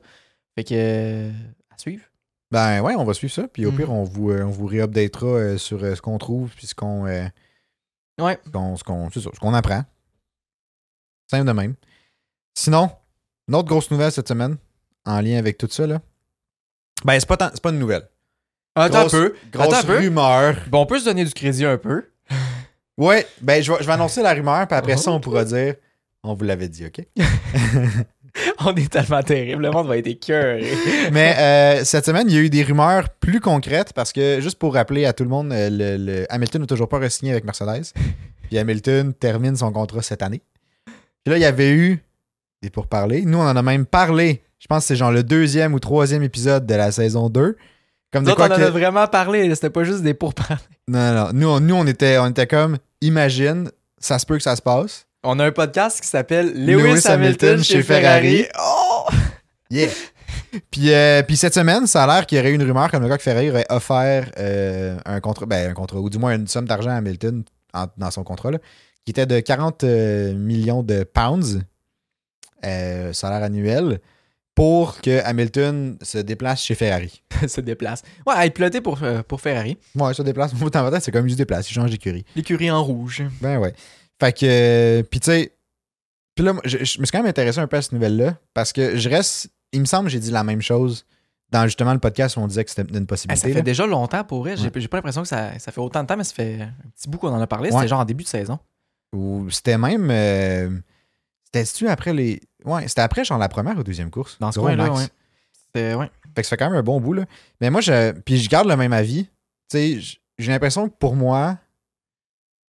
S1: Fait que euh, à suivre.
S2: Ben ouais, on va suivre ça. Puis au
S1: Mhm.
S2: pire, on vous, euh, on vous réupdatera euh, sur euh, ce qu'on trouve, puis ce qu'on. euh,
S1: Ouais.
S2: ce qu'on- ce qu'on- c'est ça, ce qu'on apprend. Simple de même. Sinon, une autre grosse nouvelle cette semaine, en lien avec tout ça, là. Ben, c'est pas, tant- c'est pas une nouvelle.
S1: Attends
S2: Grosse-
S1: un peu.
S2: Grosse
S1: Attends un peu.
S2: rumeur.
S1: Bon, on peut se donner du crédit un peu.
S2: Ouais, ben je vais,
S1: Ah.
S2: je vais annoncer la rumeur, puis après ça,
S1: Oh.
S2: on pourra dire on vous l'avait dit, OK?
S1: *laughs* on est tellement terrible. Le monde va être *laughs* écœuré.
S2: Mais euh, cette semaine, il y a eu des rumeurs
S1: *laughs*
S2: plus concrètes parce que, juste pour rappeler à tout le monde, euh, le, le- Hamilton n'a toujours pas re-signé avec Mercedes. Puis Hamilton termine son contrat cette année. Puis là, il y avait eu des pourparlers. Nous, on en a même parlé. Je pense que c'est genre le deuxième ou troisième épisode de la saison 2. Comme
S1: Nous
S2: de
S1: autres, on
S2: quoi
S1: en
S2: que-
S1: a vraiment parlé, là, c'était pas juste des pourparlers.
S2: Non, non, non. Nous, on, nous, on était, on était comme, imagine, ça se peut que ça se passe.
S1: On a un podcast qui s'appelle Lewis, Hamilton, chez Ferrari. Oh! *laughs*
S2: Yeah! puis, euh, puis cette semaine, ça a l'air qu'il y aurait eu une rumeur comme le gars que Ferrari aurait offert euh, un contrat, ben, un contrat, ou du moins une somme d'argent à Hamilton en- dans son contrat, là, qui était de 40 euh, millions de pounds, euh, salaire annuel, pour que Hamilton se déplace chez Ferrari.
S1: *laughs* se déplace. Ouais, à être piloté pour, euh, pour Ferrari.
S2: Moi, se déplace, *laughs* moi, temps en temps, c'est comme juste déplace, il change d'écurie.
S1: L'écurie en rouge.
S2: Ben ouais. Fait que. euh, Puis tu sais. Puis là, moi, je, je me suis quand même intéressé un peu à cette nouvelle-là. Parce que je reste. Il me semble que j'ai dit la même chose dans justement le podcast où on disait que c'était
S1: Ah,
S2: une
S1: ça
S2: possibilité.
S1: fait
S2: là.
S1: déjà longtemps pour vrai. J'ai
S2: Ouais.
S1: j'ai pas l'impression que ça, ça fait autant de temps, mais ça fait un petit bout qu'on en a parlé.
S2: Ouais.
S1: C'était genre en début de saison.
S2: Ou c'était même. euh, C'était-tu après les. Ouais, c'était après genre la première ou deuxième course.
S1: Dans ce
S2: Gros
S1: coin-là,
S2: max.
S1: ouais. C'était- ouais.
S2: Fait que ça fait quand même un bon bout, là. Mais moi, je. Puis je garde le même avis. Tu sais, j- j'ai l'impression que pour moi,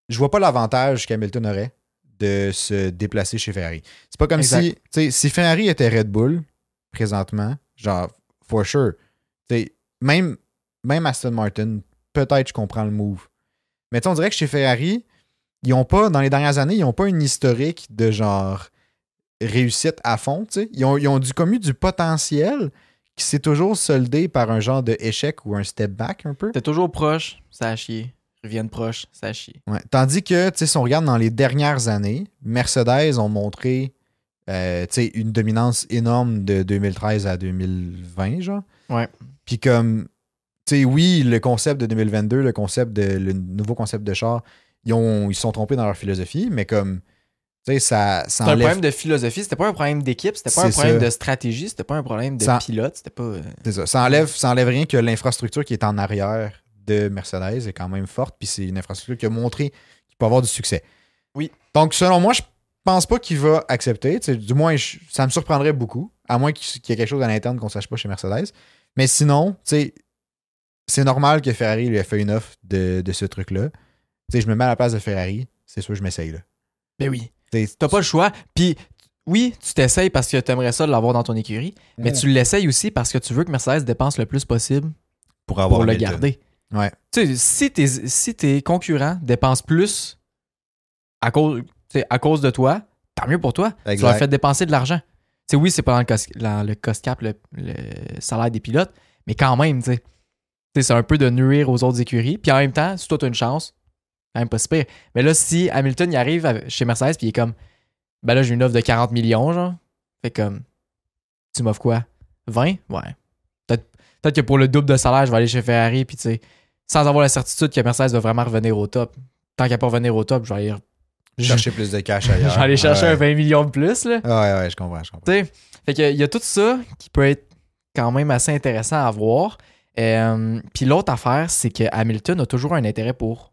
S2: je vois pas l'avantage qu'Hamilton aurait de se déplacer chez Ferrari. C'est pas comme
S1: Exact.
S2: si. Tu sais, si Ferrari était Red Bull présentement, genre, for sure. Tu sais, même, même Aston Martin, peut-être je comprends le move. Mais tu sais, on dirait que chez Ferrari, ils ont pas, dans les dernières années, ils ont pas une historique de genre réussite à fond. tu sais. Ils ont, ils ont du commu du potentiel qui s'est toujours soldé par un genre de échec ou un step back un peu.
S1: C'était toujours proche, ça a chié. Ils Reviennent proche, ça a chié.
S2: Ouais. Tandis que, tu sais, si on regarde dans les dernières années, Mercedes ont montré euh, tu sais, une dominance énorme de 2013 à 2020, genre.
S1: Ouais.
S2: Puis comme, tu sais, oui, le concept de 2022, le concept de le nouveau concept de char, ils ont, ils se sont trompés dans leur philosophie, mais comme, tu sais, ça, ça
S1: C'était un
S2: enlève-
S1: problème de philosophie, c'était pas un problème d'équipe, c'était pas
S2: C'est
S1: un problème
S2: ça.
S1: de stratégie, c'était pas un problème de
S2: Ça-
S1: pilote, c'était pas. euh,
S2: C'est ça. Ça enlève, ça enlève rien que l'infrastructure qui est en arrière de Mercedes est quand même forte, puis c'est une infrastructure qui a montré qu'il peut avoir du succès.
S1: Oui.
S2: Donc, selon moi, je pense pas qu'il va accepter. Tu sais, du moins, je- ça me surprendrait beaucoup, à moins qu'il qu'il y ait quelque chose à l'interne qu'on sache pas chez Mercedes. Mais sinon, tu sais, c'est normal que Ferrari lui ait fait une offre de, de ce truc-là. Tu sais, je me mets à la place de Ferrari, c'est sûr que je m'essaye. là.
S1: Ben oui.
S2: Tu sais,
S1: T'as pas le choix. Puis oui, tu t'essayes parce que t'aimerais ça de l'avoir dans ton écurie, mais
S2: Mm.
S1: tu l'essayes aussi parce que tu veux que Mercedes dépense le plus possible
S2: pour
S1: pour le
S2: Hamilton.
S1: garder.
S2: Ouais.
S1: Tu sais, si tes, si tes concurrents dépensent plus à cause, tu sais, à cause de toi, tant mieux pour toi. Tu
S2: Exact.
S1: leur fais dépenser de l'argent. Tu sais, oui, c'est pas dans le, cos- dans le cost cap, le, le salaire des pilotes, mais quand même, tu sais. Tu sais, c'est un peu de nuire aux autres écuries. Puis en même temps, si toi, t'as une chance, quand même pas si pire. Mais là, si Hamilton, il arrive à- chez Mercedes, puis il est comme, ben là, j'ai une offre de 40 millions, genre. Fait comme, tu m'offres quoi 20 Ouais. Peut-être peut que pour le double de salaire, je vais aller chez Ferrari, puis tu sais, sans avoir la certitude que Mercedes va vraiment revenir au top. Tant qu'à pas revenir au top, je vais aller,
S2: Chercher plus de
S1: *laughs*
S2: cash
S1: je
S2: ailleurs.
S1: vais aller chercher
S2: Ouais.
S1: un 20 millions de plus, là.
S2: Ouais, ouais, je comprends, je comprends.
S1: Fait que il y a tout ça qui peut être quand même assez intéressant à voir. Euh, Puis l'autre affaire, c'est que Hamilton a toujours un intérêt pour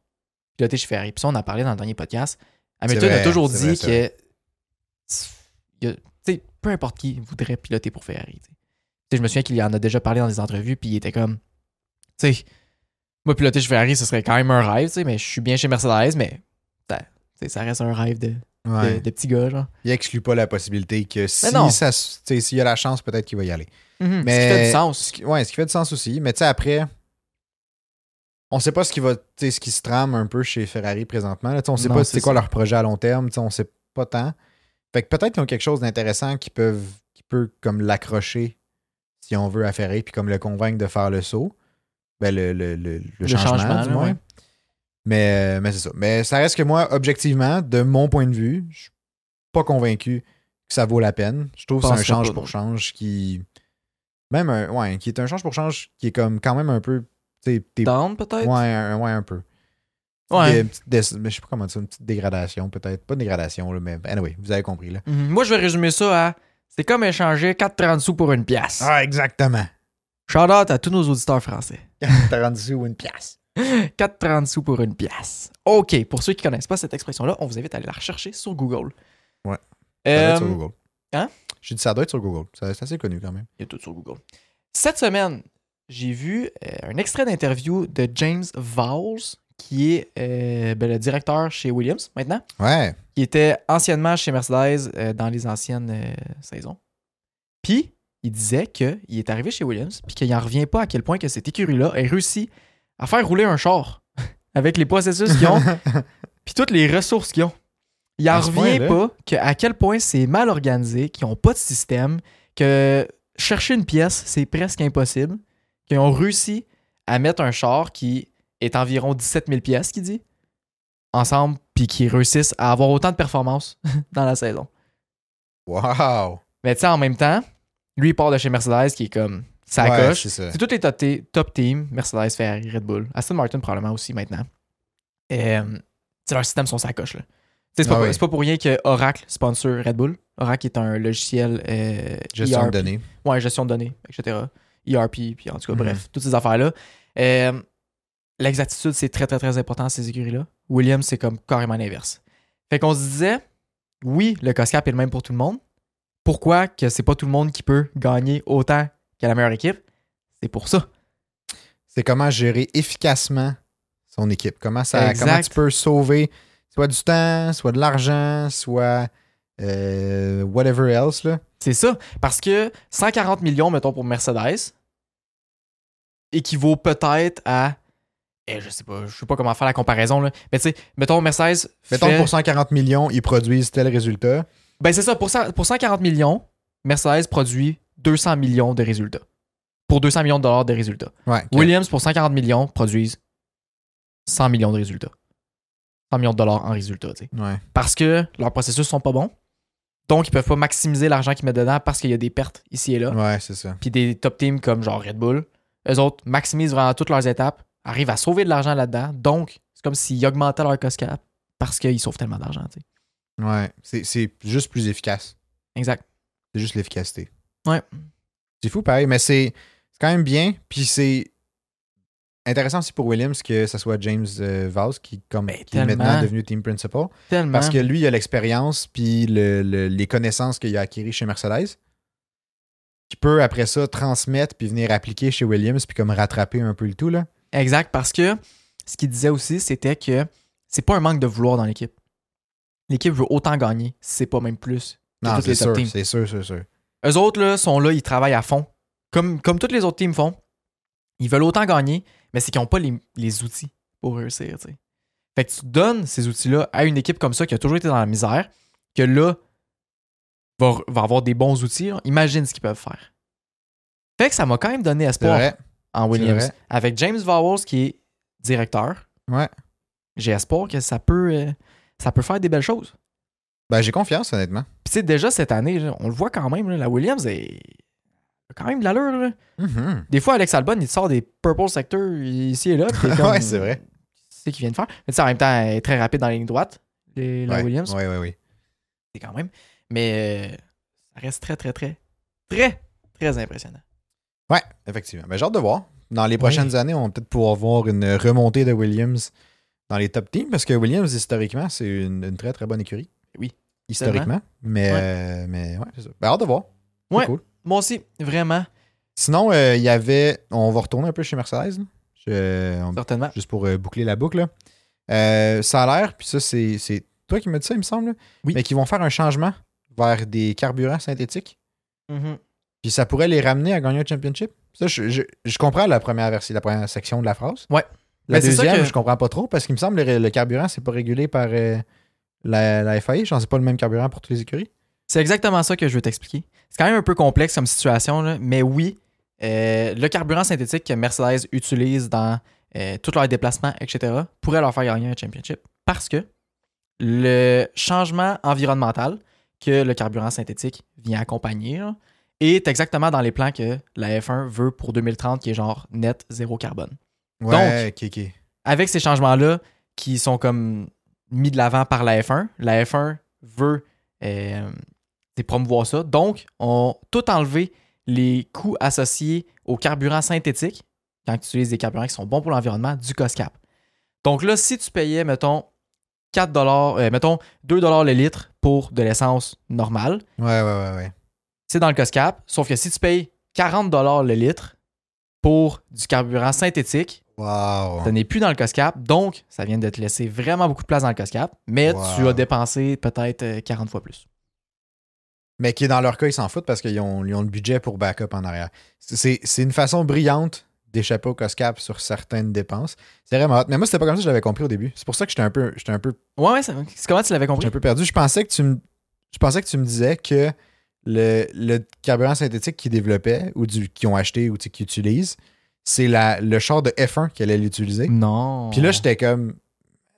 S1: piloter chez Ferrari. Puis ça, on en a parlé dans le dernier podcast. Hamilton
S2: vrai,
S1: a toujours
S2: c'est vrai,
S1: dit
S2: c'est
S1: que il y a- tu sais, peu importe qui voudrait piloter pour Ferrari. tu sais. Tu sais, je me souviens qu'il en a déjà parlé dans des entrevues, puis il était comme, tu sais, moi piloter chez Ferrari, ce serait quand même un rêve, tu sais, mais je suis bien chez Mercedes, mais ça, tu sais, ça reste un rêve de,
S2: Ouais.
S1: de, de petit gars, genre.
S2: Il exclut pas la possibilité que si
S1: non.
S2: ça s- tu sais, s'il y a la chance, peut-être qu'il va y aller.
S1: Mhm,
S2: Mais-
S1: Ce qui fait du sens.
S2: Ce qui, ouais, ce qui fait du sens aussi. Mais tu sais, après, on sait pas ce qui va, tu sais, ce qui se trame un peu chez Ferrari présentement. là. Tu sais, on sait
S1: Non,
S2: pas
S1: c'est
S2: c'est quoi
S1: ça.
S2: leur projet à long terme. Tu sais, on sait pas tant. Fait que peut-être qu'ils ont quelque chose d'intéressant qui peuvent, qui peut comme l'accrocher si on veut à Ferrari, puis comme le convaincre de faire le saut. Ben, le, le- le- le changement,
S1: changement,
S2: du
S1: là,
S2: moins.
S1: ouais.
S2: Mais, mais c'est ça. Mais ça reste que moi, objectivement, de mon point de vue, je suis pas convaincu que ça vaut la peine. Je trouve que c'est un
S1: Penserais
S2: change
S1: pas,
S2: pour
S1: non.
S2: change qui. Même un. Ouais, qui est un change pour change qui est comme quand même un peu. tu sais, t'es-
S1: Down, peut-être?
S2: Ouais, un, ouais, un peu.
S1: Ouais.
S2: Des- une petite dé- mais je sais pas comment dire, une petite dégradation peut-être. Pas une dégradation, là, mais anyway, vous avez compris là.
S1: Mhm. Moi, je vais résumer ça à c'est comme échanger 4,30 sous pour une pièce.
S2: Ah, exactement.
S1: Shout out à tous nos auditeurs français.
S2: T'as rendu sous une pièce.
S1: 4,30 sous pour une pièce. OK, pour ceux qui connaissent pas cette expression-là, on vous invite à aller la rechercher sur Google.
S2: Ouais. Ça doit
S1: Euh,
S2: être sur Google.
S1: hein?
S2: J'ai dit ça doit être sur Google. Ça- C'est assez connu quand même.
S1: Il y a tout sur Google. Cette semaine, j'ai vu euh, un extrait d'interview de James Vowles, qui est euh, ben, le directeur chez Williams maintenant,
S2: Ouais.
S1: qui était anciennement chez Mercedes euh, dans les anciennes euh, saisons. Puis, il disait qu'il est arrivé chez Williams, puis qu'il n'en revient pas à quel point que cette écurie-là a réussi à faire rouler un char *laughs* avec les processus qu'ils ont, puis toutes les ressources qu'ils ont. Il n'en
S2: À ce
S1: revient
S2: point-là?
S1: pas que à quel point c'est mal organisé, qu'ils n'ont pas de système, que chercher une pièce, c'est presque impossible, qu'ils ont réussi à mettre un char qui est environ 17 000 pièces, qui dit, ensemble, puis qui réussissent à avoir autant de performances *laughs* dans la saison.
S2: *laughs* wow.
S1: Mais tu sais, en même temps, lui, il part de chez Mercedes, qui est comme, ça
S2: Ouais,
S1: coche.
S2: c'est ça.
S1: C'est tous les top, te- top teams, Mercedes, Ferrari, Red Bull, Aston Martin probablement aussi maintenant. Et, euh, tu sais, leurs systèmes sont sacoches. là. Tu sais, C'est pas,
S2: Ah
S1: pour-
S2: ouais.
S1: c'est pas pour rien que Oracle sponsor Red Bull. Oracle est un logiciel euh,
S2: Gestion
S1: ERP.
S2: de données.
S1: Ouais, gestion de données, etc. ERP, puis en tout cas,
S2: Mhm.
S1: bref, toutes ces affaires-là. Euh, L'exactitude, c'est très, très, très important, ces écuries-là. Williams, c'est comme carrément l'inverse. Fait qu'on se disait, oui, le COSCAP est le même pour tout le monde. Pourquoi que c'est pas tout le monde qui peut gagner autant qu'à la meilleure équipe? C'est pour ça.
S2: C'est comment gérer efficacement son équipe. Comment, ça,
S1: Exact.
S2: comment tu peux sauver soit du temps, soit de l'argent, soit euh, whatever else. Là.
S1: C'est ça. Parce que 140 millions, mettons, pour Mercedes, équivaut peut-être à. eh, je sais pas, je sais pas comment faire la comparaison, là. Mais tu sais, mettons, Mercedes.
S2: Mettons que
S1: fait-
S2: pour 140 millions, ils produisent tel résultat.
S1: Ben, c'est ça. Pour, cent- pour 140 millions, Mercedes produit 200 millions de résultats. Pour 200 millions de dollars de résultats.
S2: Ouais, ok.
S1: Williams, pour 140 millions, produisent 100 millions de résultats. 100 millions de dollars en résultats, tu sais.
S2: Ouais.
S1: Parce que leurs processus sont pas bons. Donc, ils peuvent pas maximiser l'argent qu'ils mettent dedans parce qu'il y a des pertes ici et là.
S2: Ouais, c'est ça.
S1: puis des top teams comme genre Red Bull, eux autres maximisent vraiment toutes leurs étapes, arrivent à sauver de l'argent là-dedans. Donc, c'est comme s'ils augmentaient leur cost cap parce qu'ils sauvent tellement d'argent. tu sais.
S2: Ouais. C'est- C'est juste plus efficace.
S1: Exact.
S2: C'est juste l'efficacité.
S1: Ouais.
S2: C'est fou, pareil, mais c'est c'est quand même bien. Puis c'est intéressant aussi pour Williams que ce soit James euh, Vaz qui, comme,
S1: Ben,
S2: qui est maintenant
S1: tellement.
S2: devenu team principal.
S1: Tellement.
S2: Parce que lui, il a l'expérience puis le- le- les connaissances qu'il a acquises chez Mercedes. Qui peut après ça transmettre puis venir appliquer chez Williams puis comme rattraper un peu le tout. là.
S1: Exact, parce que ce qu'il disait aussi, c'était que c'est pas un manque de vouloir dans l'équipe. L'équipe veut autant gagner, si c'est pas même plus. que
S2: Non,
S1: tous
S2: c'est
S1: les top
S2: sûr,
S1: teams.
S2: c'est sûr, c'est sûr.
S1: Eux autres là, sont là, ils travaillent à fond. Comme, comme toutes les autres teams font. Ils veulent autant gagner, mais c'est qu'ils n'ont pas les, les outils pour réussir. tu sais. Fait que tu donnes ces outils-là à une équipe comme ça qui a toujours été dans la misère, que là, va, va avoir des bons outils. là. Imagine ce qu'ils peuvent faire. Fait que ça m'a quand même donné
S2: C'est
S1: espoir
S2: vrai.
S1: en Williams.
S2: vrai.
S1: Avec James Vowles qui est directeur.
S2: Ouais.
S1: J'ai espoir que ça peut, euh, ça peut faire des belles choses.
S2: Ben, j'ai confiance, honnêtement.
S1: Puis tu sais, déjà cette année, là, on le voit quand même, là, la Williams est a quand même de l'allure. là.
S2: Mhm.
S1: Des fois, Alex Albon, il te sort des purple sectors ici et là. puis t'es comme,
S2: *laughs* Ouais, c'est vrai.
S1: C'est qu'il vient de faire. Mais tu sais, en même temps, elle est très rapide dans la ligne droite, les- la
S2: Ouais,
S1: Williams.
S2: ouais, ouais, ouais.
S1: C'est quand même. Mais euh, ça reste très, très, très, très, très impressionnant.
S2: Ouais, effectivement. Ben, j'ai hâte de voir. Dans les prochaines années, on va peut-être pouvoir voir une remontée de Williams dans les top teams parce que Williams, historiquement, c'est une, une très très bonne écurie.
S1: Oui,
S2: Historiquement. Mais
S1: Ouais.
S2: euh, mais ouais, c'est ça. Ben, hâte de voir. C'est
S1: Ouais.
S2: cool.
S1: Moi aussi, vraiment,
S2: Sinon, euh, il y avait. On va retourner un peu chez Mercedes. là. Je- on-
S1: certainement.
S2: juste pour euh, boucler la boucle. là. Euh, salaire, puis ça, c'est c'est toi qui me dis ça, il me semble. là.
S1: Oui.
S2: Mais qui vont faire un changement vers des carburants synthétiques.
S1: Mhm.
S2: Puis ça pourrait les ramener à gagner un championship. Ça, je, je- je comprends la première version, la première section de la phrase.
S1: Ouais.
S2: La
S1: Mais c'est ça
S2: deuxième,
S1: que-
S2: je comprends pas trop parce qu'il me semble que le, le carburant, c'est pas régulé par euh, la, la FAI. Je pense que c'est pas le même carburant pour toutes les écuries.
S1: C'est exactement ça que je veux t'expliquer. C'est quand même un peu complexe comme situation, là, mais oui, euh, le carburant synthétique que Mercedes utilise dans euh, tous leurs déplacements, etc., pourrait leur faire gagner un championship parce que le changement environnemental que le carburant synthétique vient accompagner là, est exactement dans les plans que la F1 veut pour 2030, qui est genre net zéro carbone
S2: Ouais, ok, ok.
S1: avec ces changements-là qui sont comme mis de l'avant par la F1, la F1 veut euh, c'est promouvoir ça. Donc, on tout enlevé les coûts associés aux carburants synthétiques, quand tu utilises des carburants qui sont bons pour l'environnement, du COSCAP. Donc là, si tu payais, mettons, 4 euh, mettons 2 le litre pour de l'essence normale,
S2: Ouais, ouais, ouais, ouais.
S1: c'est dans le COSCAP, sauf que si tu payes 40 le litre pour du carburant synthétique,
S2: Wow.
S1: Tu n'es plus dans le COSCAP, donc ça vient de te laisser vraiment beaucoup de place dans le COSCAP, mais
S2: Wow.
S1: tu as dépensé peut-être euh, 40 fois plus.
S2: Mais qui, dans leur cas, ils s'en foutent parce qu'ils ont, ils ont le budget pour backup en arrière. C'est- C'est c'est une façon brillante d'échapper au COSCAP sur certaines dépenses. C'est vraiment hot. Mais moi, c'était pas comme ça que je l'avais compris au début. C'est pour ça que j'étais un peu, j'étais un peu
S1: Ouais, ouais, ça- c'est comment tu l'avais
S2: J'étais
S1: compris?
S2: un peu perdu. Je pensais que tu me, je pensais que tu me disais que le, le carburant synthétique qu'ils développaient ou du, qu'ils ont acheté ou tu sais, qu'ils utilisent, c'est la, le char de F1 qu'ils allaient l'utiliser.
S1: Non.
S2: Puis là, j'étais comme,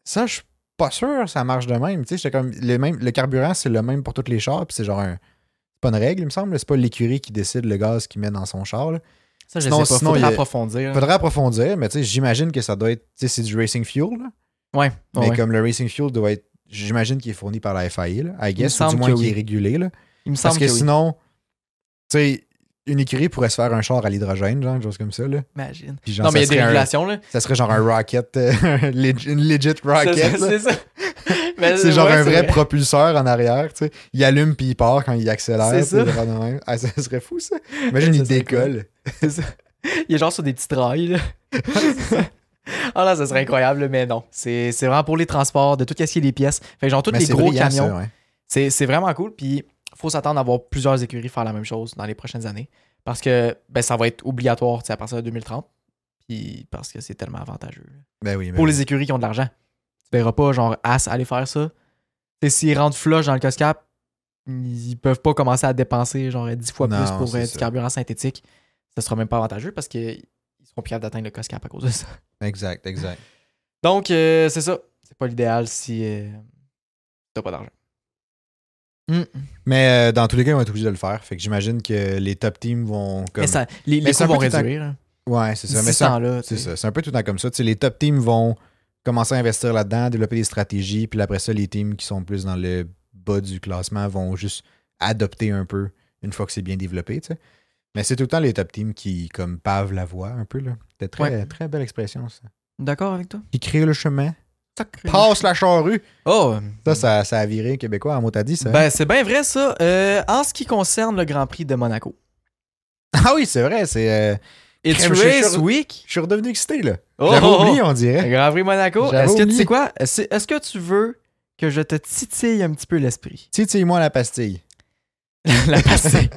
S2: ça, je suis pas sûr, ça marche de même. Tu sais, J'étais comme, le, même, le carburant, c'est le même pour tous les chars. Puis c'est genre un. C'est pas une règle, il me semble. C'est pas l'écurie qui décide le gaz qu'il met dans son char. là.
S1: Ça, je
S2: sinon-
S1: sais pas,
S2: sinon,
S1: faudrait
S2: il y a-
S1: approfondir.
S2: Faudrait approfondir, mais tu sais, j'imagine que ça doit être. tu sais, C'est du racing fuel. là.
S1: Ouais,
S2: Mais
S1: ouais.
S2: comme le racing fuel doit être. J'imagine qu'il est fourni par la FIA, là,
S1: me
S2: I guess, ou du
S1: semble
S2: moins
S1: que
S2: qu'il est
S1: oui.
S2: régulé. Là.
S1: il me
S2: Parce
S1: semble
S2: que
S1: que, oui.
S2: sinon, tu sais, une écurie pourrait se faire un char à l'hydrogène, genre, une chose comme ça. Là.
S1: Imagine.
S2: Puis genre,
S1: Non, mais il y a
S2: ça,
S1: des
S2: serait un,
S1: régulations, là.
S2: ça serait genre un rocket, euh, *laughs* un leg- une legit rocket. là.
S1: C'est
S2: *laughs*
S1: ça. Mais-
S2: Ah, C'est genre
S1: ouais,
S2: un vrai,
S1: c'est
S2: propulseur en arrière, tu sais. Il allume puis il part quand il accélère.
S1: C'est
S2: puis
S1: ça.
S2: il va de même. Ah, ça serait fou, ça. Imagine,
S1: Ça
S2: il
S1: serait
S2: décolle.
S1: C'est ça. Il est genre sur des petits trails.
S2: *laughs*
S1: là. Ah là, ça serait incroyable, mais non. C'est c'est vraiment pour les transports, de tout casser les pièces. Fait que genre tous
S2: Mais
S1: les
S2: c'est
S1: gros
S2: brillant, ça,
S1: camions.
S2: ouais.
S1: C'est c'est vraiment cool. Puis faut s'attendre à voir plusieurs écuries faire la même chose dans les prochaines années. Parce que ben, ça va être obligatoire tu sais, à partir de 2030. Puis parce que c'est tellement avantageux. là.
S2: Ben oui, mais
S1: Pour les écuries qui ont de l'argent. Tu verras pas genre As aller faire ça. Et s'ils rentrent flush dans le COSCAP, ils peuvent pas commencer à dépenser genre 10 fois
S2: Non,
S1: plus pour
S2: c'est
S1: euh, du
S2: ça.
S1: carburant synthétique. Ça sera même pas avantageux parce qu'ils seront plus capables d'atteindre le COSCAP à cause de
S2: *laughs*
S1: ça.
S2: Exact, exact.
S1: Donc euh, c'est ça. C'est pas l'idéal si euh, t'as pas d'argent. Mm.
S2: Mais euh, dans tous les cas, ils vont être obligés de le faire. Fait que j'imagine que les top teams vont comme.
S1: Mais ça, les, les
S2: c'est
S1: coûts
S2: un
S1: vont
S2: peu tout le temps-
S1: réduire. hein.
S2: Ouais, c'est ça. Mais
S1: D'ici ce
S2: ça,
S1: temps-là, tu
S2: C'est
S1: sais.
S2: ça. C'est un peu tout le temps comme ça. Tu sais, les top teams vont commencer à investir là-dedans, développer des stratégies, puis après ça, les teams qui sont plus dans le bas du classement vont juste adopter un peu une fois que c'est bien développé. tu sais. Mais c'est tout le temps les top teams qui comme pavent la voie un peu. là. C'était très,
S1: Ouais.
S2: très belle expression, ça.
S1: D'accord avec toi?
S2: Qui crée le chemin, passe la charrue.
S1: Oh!
S2: Ça, ça, ça a viré québécois en mot à dit, ça.
S1: Ben, c'est bien vrai, ça. Euh, en ce qui concerne le Grand Prix de *laughs* Monaco.
S2: *laughs* Ah oui, c'est vrai. C'est, euh,
S1: It's
S2: Crème, je suis
S1: Race
S2: sûr-
S1: Week.
S2: je suis redevenu excité, là.
S1: Oh,
S2: J'avais
S1: oh, oh.
S2: oublié, on
S1: Le *laughs*
S2: dirait.
S1: Grand Prix Monaco.
S2: J'avais
S1: Est-ce que tu
S2: oublié.
S1: sais quoi? Est-ce est-ce que tu veux que je te titille un petit peu l'esprit?
S2: Titille-moi la pastille.
S1: *laughs* la passer.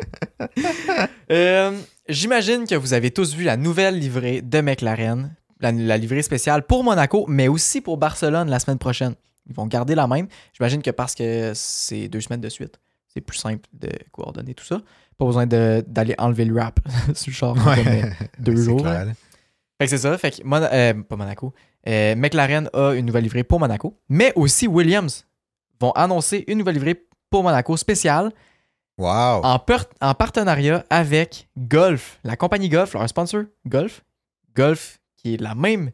S1: Euh, J'imagine que vous avez tous vu la nouvelle livrée de McLaren, la, la livrée spéciale pour Monaco, mais aussi pour Barcelone la semaine prochaine. Ils vont garder la même. J'imagine que parce que c'est deux semaines de suite, c'est plus simple de coordonner tout ça. Pas besoin de- d'aller enlever le rap *laughs* sur le char. comme, euh,
S2: *laughs*
S1: deux
S2: C'est
S1: jours,
S2: clair,
S1: là.
S2: là.
S1: fait que c'est ça. Fait que Mon- euh, pas Monaco. Euh, McLaren a une nouvelle livrée pour Monaco, mais aussi Williams vont annoncer une nouvelle livrée pour Monaco spéciale
S2: Wow.
S1: en, per- en partenariat avec Golf, la compagnie Golf, leur sponsor Golf. Golf, qui est la même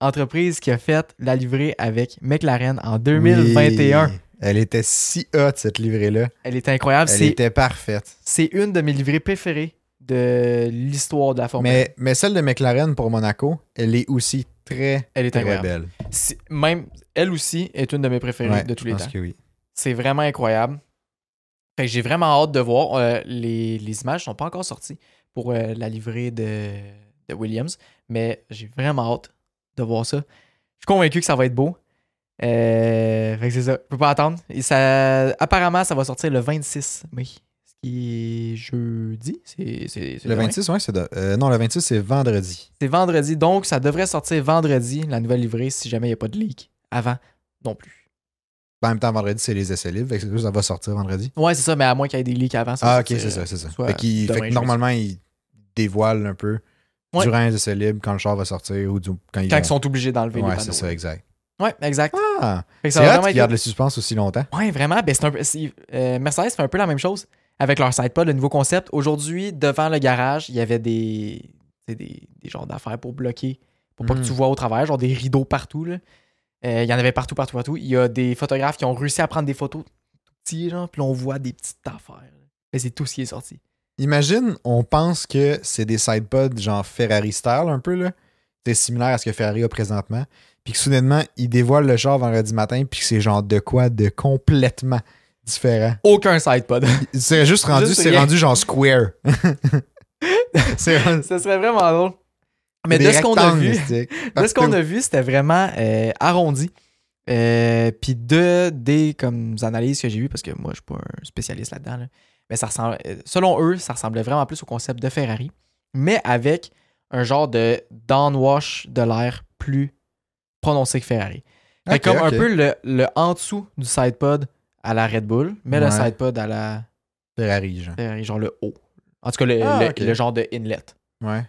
S1: entreprise qui a fait la livrée avec McLaren en 2021.
S2: Oui. Elle était si hot, cette livrée-là.
S1: Elle est incroyable.
S2: Elle
S1: C'est
S2: était parfaite.
S1: c'est une de mes livrées préférées de l'histoire de la Formule 1.
S2: Mais, mais celle de McLaren pour Monaco, elle est aussi très,
S1: Elle est
S2: très
S1: incroyable.
S2: belle.
S1: Si- même, elle aussi est une de mes préférées
S2: Ouais,
S1: de tous
S2: je
S1: les
S2: pense
S1: temps.
S2: que oui.
S1: C'est vraiment incroyable. Fait que j'ai vraiment hâte de voir. Euh, les, les images sont pas encore sorties pour euh, la livrée de, de Williams, mais j'ai vraiment hâte de voir ça. Je suis convaincu que ça va être beau. Euh, fait que c'est ça. Je peux pas attendre. Et ça, apparemment, ça va sortir le 26 mai. Ce qui est jeudi. C'est, c'est- c'est
S2: Le
S1: demain.
S2: 26, ouais, c'est de- euh, non, le 26, c'est vendredi.
S1: C'est vendredi. Donc, ça devrait sortir vendredi, la nouvelle livrée, si jamais il n'y a pas de leak avant non plus.
S2: Ben, En même temps, vendredi, c'est les essais libres. Fait que c'est sûr, ça va sortir vendredi.
S1: Ouais, c'est ça, mais à moins qu'il y ait des leaks avant. ça
S2: ah,
S1: va
S2: ok,
S1: sortir,
S2: c'est ça, c'est ça.
S1: soit
S2: Fait, qu'il-
S1: demain,
S2: fait que
S1: jeudi.
S2: normalement, ils dévoilent un peu
S1: Ouais.
S2: durant les essais libres quand le char va sortir ou du- quand ils
S1: quand
S2: vont-
S1: ils sont obligés d'enlever
S2: Ouais,
S1: les
S2: c'est
S1: panneaux.
S2: ça, exact.
S1: Ouais, exact.
S2: Ah,
S1: Fait que ça
S2: c'est
S1: va
S2: hot
S1: vraiment
S2: qu'ils
S1: être-
S2: gardent le suspense aussi longtemps.
S1: Ouais, vraiment. Ben, c'est un peu- c'est- euh, Mercedes fait un peu la même chose avec leur sidepod, le nouveau concept. Aujourd'hui, devant le garage, il y avait des, c'est des, des genres d'affaires pour bloquer, pour pas
S2: Mhm.
S1: que tu vois au travers, genre des rideaux partout. là. Euh, il y en avait partout, partout, partout. Il y a des photographes qui ont réussi à prendre des photos tout petits, genre, puis on voit des petites affaires. là. Mais c'est tout ce qui est sorti.
S2: Imagine, on pense que c'est des sidepods genre Ferrari style un peu là. C'est similaire à ce que Ferrari a présentement. Puis que soudainement, ils dévoilent le char vendredi matin, puis que c'est genre de quoi de complètement différent.
S1: Aucun *laughs* sidepod.
S2: C'est juste rendu,
S1: Juste
S2: c'est
S1: rien.
S2: rendu genre square. *laughs* c'est rendu-
S1: Ce serait vraiment drôle. Mais de
S2: Des
S1: ce qu'on a
S2: rectangles,
S1: vu,
S2: mystique,
S1: de ce qu'on
S2: partout.
S1: a vu, c'était vraiment euh, arrondi. Euh, Puis de des comme analyses que j'ai vues, parce que moi, je suis pas un spécialiste là-dedans, là, mais ça ressemble, euh, selon eux, ça ressemblait vraiment plus au concept de Ferrari, mais avec un genre de downwash de l'air plus prononcé que Ferrari. Fait
S2: Ok,
S1: comme
S2: ok.
S1: un peu le, le en dessous du sidepod à la Red Bull, mais le
S2: Ouais.
S1: sidepod à la
S2: Ferrari, genre.
S1: Ferrari, genre le haut. En tout cas, le,
S2: Ah,
S1: le-
S2: ok.
S1: le genre de inlet.
S2: Ouais.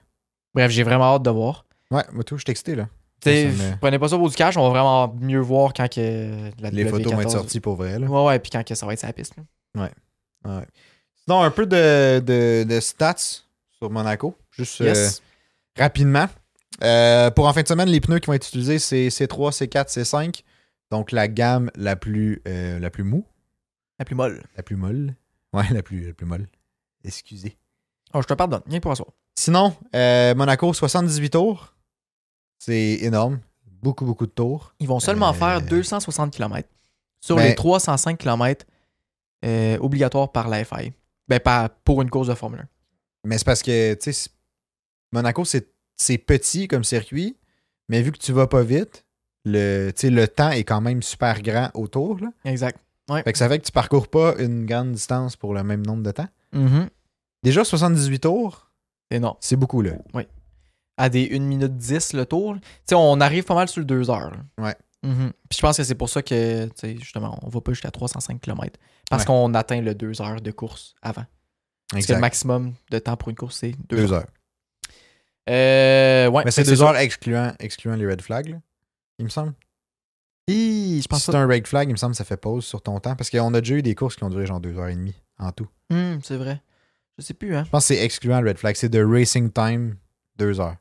S1: Bref, j'ai vraiment hâte de voir.
S2: Ouais, moi tout, je suis excité, là.
S1: Tu sais,
S2: Ça, ça me-
S1: prenez pas ça pour du cash, on va vraiment mieux voir quand que la
S2: Les
S1: W14
S2: photos vont être sorties pour vrai, là.
S1: Ouais, ouais, puis quand que ça va être sa piste. là.
S2: Sinon, un peu de, de- de stats sur Monaco, juste
S1: Yes.
S2: euh, rapidement. Euh, pour en fin de semaine, les pneus qui vont être utilisés, c'est C3, C4, C5. Donc la gamme la plus, euh, la plus mou,
S1: La plus molle.
S2: la plus molle. Ouais, la plus, la plus molle. Excusez.
S1: Oh, je te pardonne, rien que pour soi.
S2: Sinon, euh, Monaco, 78 tours. C'est énorme. Beaucoup, beaucoup de tours.
S1: Ils vont seulement
S2: Euh,
S1: faire 260 km sur
S2: ben-
S1: les 305 km euh, obligatoires par la FIA. Ben, pas pour une course de Formule 1.
S2: Mais c'est parce que, tu sais, c'est- Monaco, c'est c'est petit comme circuit, mais vu que tu vas pas vite, le, tu sais, le temps est quand même super grand autour. Là.
S1: Exact.
S2: Fait que ça fait que tu parcours pas une grande distance pour le même nombre de temps. Déjà, 78 tours,
S1: Mm-hmm. Et non.
S2: c'est beaucoup, là.
S1: À des 1 minute 10 le tour, tu sais, on arrive pas mal sur le 2 heures. là.
S2: Ouais.
S1: Mhm. Puis je pense que c'est pour ça que, tu sais, justement, on va pas jusqu'à 305 km. Parce
S2: Ouais.
S1: qu'on atteint le 2 heures de course avant. Parce que le
S2: Exact.
S1: maximum de temps pour une course, c'est 2
S2: Deux heures.
S1: Euh, ouais,
S2: Mais c'est
S1: fait que
S2: deux
S1: ça.
S2: heures excluant, excluant les red flags, là, il me semble.
S1: Hi, je pense
S2: si
S1: pas.
S2: c'est un red flag, il me semble que ça fait pause sur ton temps. Parce qu'on a déjà eu des courses qui ont duré genre deux heures et demie en tout.
S1: Hum, c'est vrai. Je sais plus, hein.
S2: Je pense que c'est excluant le red flag. C'est de racing time, deux heures.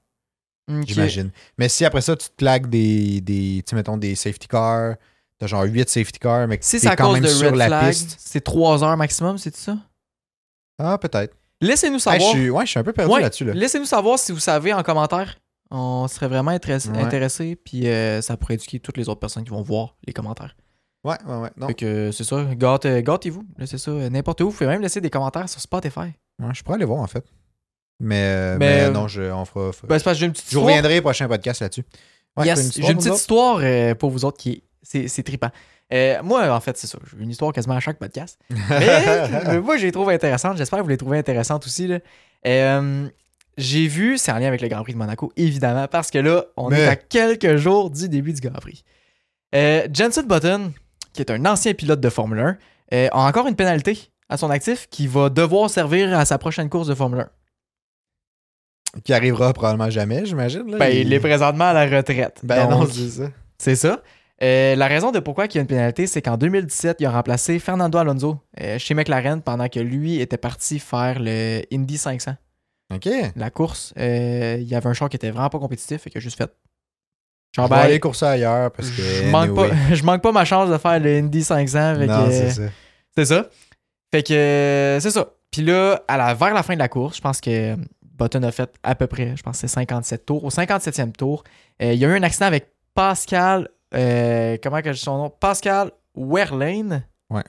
S1: Ok.
S2: J'imagine. Mais si après ça, tu te claques des, des tu sais, mettons, des safety cars, t'as genre 8 safety cars, mais que
S1: Si
S2: t'es
S1: c'est à
S2: quand
S1: cause
S2: même
S1: de
S2: sur
S1: red
S2: la
S1: flag,
S2: piste.
S1: c'est 3 heures maximum, c'est ça?
S2: Ah, peut-être.
S1: Laissez-nous
S2: Hey, je
S1: savoir.
S2: suis- ouais, je suis un peu perdu
S1: Ouais,
S2: là-dessus. Là.
S1: Laissez-nous savoir si vous savez en commentaire. On serait vraiment intéress-
S2: Ouais.
S1: intéressés, puis euh, ça pourrait éduquer toutes les autres personnes qui vont voir les commentaires.
S2: Ouais, ouais, ouais. Non,
S1: Fait que euh, c'est ça, gâte- euh, gâtez-vous, laissez ça euh, n'importe où. Vous pouvez même laisser des commentaires sur Spotify.
S2: Ouais, je pourrais aller voir en fait. Mais, euh,
S1: Mais,
S2: mais
S1: euh,
S2: non, je, on fera. fera-
S1: Ben, c'est parce que j'ai une petite
S2: je
S1: histoire.
S2: reviendrai au prochain podcast là-dessus. Ouais,
S1: Yes,
S2: t'as une histoire,
S1: j'ai une
S2: nous
S1: petite
S2: autres?
S1: histoire euh, pour vous autres qui est. C'est, c'est trippant. Euh, moi, en fait, c'est ça. J'ai une histoire quasiment à chaque
S2: *laughs*
S1: podcast. Mais euh, moi, je les trouve intéressantes. J'espère que vous les trouvez intéressantes aussi. là. Euh, j'ai vu, c'est en lien avec le Grand Prix de Monaco, évidemment, parce que là, on
S2: Mais-
S1: est à quelques jours du début du Grand Prix. Euh, Jenson Button, qui est un ancien pilote de Formule 1, euh, a encore une pénalité à son actif qui va devoir servir à sa prochaine course de Formule 1.
S2: Qui arrivera probablement jamais, j'imagine. là.
S1: Ben, il est présentement à la retraite.
S2: Ben non,
S1: Donc,
S2: c'est ça.
S1: C'est ça. Euh, la raison de pourquoi il y a une pénalité, c'est qu'en 2017, il a remplacé Fernando Alonso euh, chez McLaren pendant que lui était parti faire le Indy 500.
S2: Ok. Je
S1: La course, euh, il y avait un char qui était vraiment pas compétitif et qui a juste fait. Genre,
S2: vais
S1: ben,
S2: aller courser ailleurs parce que.
S1: je manque,
S2: anyway.
S1: pas, je manque pas ma chance de faire le Indy 500. *laughs* avec
S2: Non, c'est ça.
S1: c'est ça. Fait que euh, c'est ça. Puis là, à la, vers la fin de la course, je pense que euh, Button a fait à peu près, je pense que c'est 57 tours. Au 57e tour, euh, il y a eu un accident avec Pascal. euh, comment que je dis son nom Pascal Werlane.
S2: Ouais.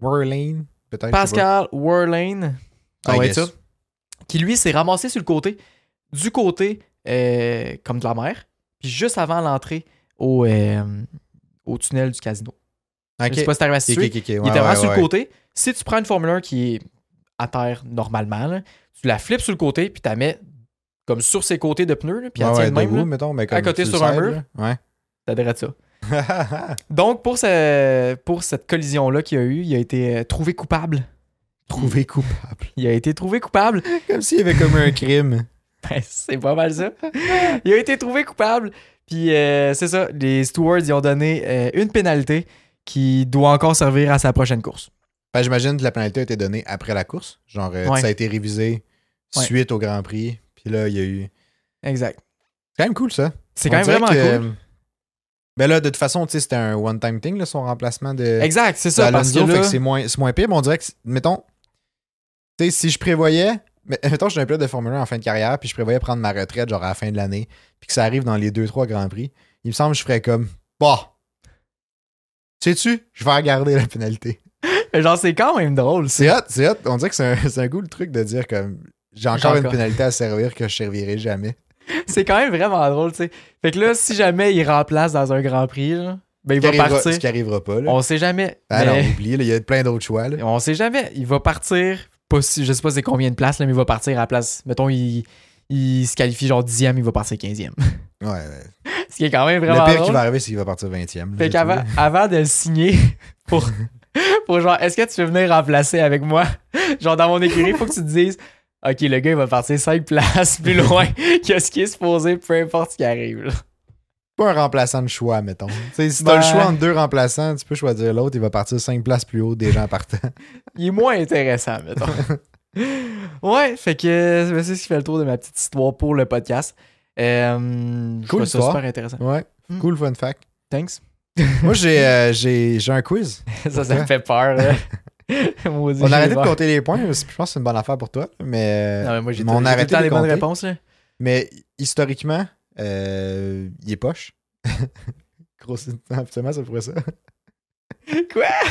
S2: Whirling, peut-être. je sais pas.
S1: Pascal Werlane. Ça
S2: I
S1: va être
S2: guess.
S1: ça. Qui lui s'est ramassé sur le côté, du côté euh, comme de la mer, puis juste avant l'entrée au, euh, au tunnel du casino.
S2: Ok.
S1: Je sais pas si t'arrives à
S2: Ok,
S1: situer.
S2: ok, ok. Ouais,
S1: Il était vraiment
S2: ouais,
S1: sur
S2: ouais.
S1: le côté. Si tu prends une Formule 1 qui est à terre normalement, là, tu la flippes sur le côté puis tu la mets comme sur ses côtés de pneus, là, puis elle
S2: Ouais,
S1: tient
S2: ouais,
S1: de même.
S2: debout,
S1: là.
S2: mettons, mais comme
S1: côté
S2: sur le
S1: sur un
S2: side,
S1: mur.
S2: là. Ouais.
S1: Ça devrait être ça.
S2: *laughs*
S1: Donc, pour, ce- pour cette collision-là qu'il y a eu, il a été euh, trouvé coupable.
S2: Trouvé coupable.
S1: Il a été trouvé coupable. *laughs*
S2: Comme s'il y avait comme un crime.
S1: Ben, c'est pas mal ça. Il a été trouvé coupable. Puis euh, c'est ça, les stewards y ont donné euh, une pénalité qui doit encore servir à sa prochaine course.
S2: Enfin, Ben, J'imagine que la pénalité a été donnée après la course. Genre, euh,
S1: Ouais.
S2: ça a été révisé
S1: Ouais.
S2: suite au Grand Prix. Puis là, il y a eu.
S1: Exact.
S2: C'est quand même cool, ça.
S1: C'est
S2: On
S1: quand même
S2: dirait
S1: vraiment
S2: que- euh,
S1: cool.
S2: Ben là, de toute façon, tu sais, c'était un one-time thing, là, son remplacement de.
S1: Exact, c'est ça. Parce que
S2: d'Alonso. euh, Fait
S1: là-
S2: que c'est moins, c'est moins pire. Mais on dirait que, mettons, tu sais, si je prévoyais. mais- *laughs* Mettons, je suis un pilote de Formule 1 en fin de carrière, puis je prévoyais prendre ma retraite, genre à la fin de l'année, puis que ça arrive dans les 2-3 Grands Prix. Il me semble que je ferais comme. Bah! Sais-tu, je vais regarder la pénalité.
S1: Mais genre, c'est quand même drôle.
S2: C'est hot, *laughs* c'est hot. On dirait que c'est un, c'est un cool truc de dire comme j'ai encore
S1: J'ai
S2: une
S1: encore.
S2: pénalité à servir que je servirai jamais.
S1: c'est quand même vraiment drôle, tu sais. Fait que là, si jamais il remplace dans un Grand Prix, là, ben il
S2: Ce qui
S1: va
S2: arrivera-
S1: partir.
S2: Ce qui arrivera pas. Là.
S1: On sait jamais.
S2: Ah
S1: mais-
S2: non, oubliez, là, il y a plein d'autres choix. là.
S1: *laughs* On sait jamais. Il va partir, pas si- je sais pas c'est combien de places, là, mais il va partir à la place. Mettons, il, il se qualifie genre 10e, il va partir 15e.
S2: Ouais, ouais.
S1: *laughs* Ce qui est quand même
S2: Le
S1: vraiment.
S2: pire qui
S1: drôle.
S2: va arriver, c'est qu'il va partir 20e. là,
S1: Fait
S2: c'est
S1: qu'avant
S2: tout,
S1: avant de le signer *laughs* pour, pour genre, est-ce que tu veux venir remplacer avec moi? *laughs* Genre, dans mon écurie, il faut que tu te dises, OK, le gars, il va partir 5 *laughs* places plus loin que ce qui est supposé, peu importe ce qui arrive. là.
S2: pas un remplaçant de choix, mettons. T'sais, si t'as
S1: Ben-
S2: le choix entre deux remplaçants, tu peux choisir l'autre, il va partir 5 places plus haut des gens partant.
S1: *laughs* Il est moins intéressant, mettons. *laughs* ouais, fait que ben, c'est ce qui fait le tour de ma petite histoire pour le podcast. Euh, je
S2: Cool
S1: trouve ça
S2: histoire.
S1: super intéressant.
S2: Ouais,
S1: Mm.
S2: cool fun fact. *laughs*
S1: Thanks.
S2: Moi, j'ai euh, j'ai- j'ai un
S1: *laughs*
S2: quiz.
S1: ça, ça me fait peur. *laughs* là. Maudit,
S2: On
S1: j'ai
S2: a arrêté de
S1: peur.
S2: compter les points, parce que je pense que c'est une bonne affaire pour toi. Mais,
S1: Non, mais moi, j'ai
S2: mais
S1: tout,
S2: on a
S1: j'ai tout le
S2: arrêté
S1: temps
S2: de
S1: les bonnes
S2: compter.
S1: réponses.
S2: *laughs*
S1: Là.
S2: Mais historiquement, euh, il est poche. *laughs* Grosse, absolument, ça pourrait ça.
S1: Ah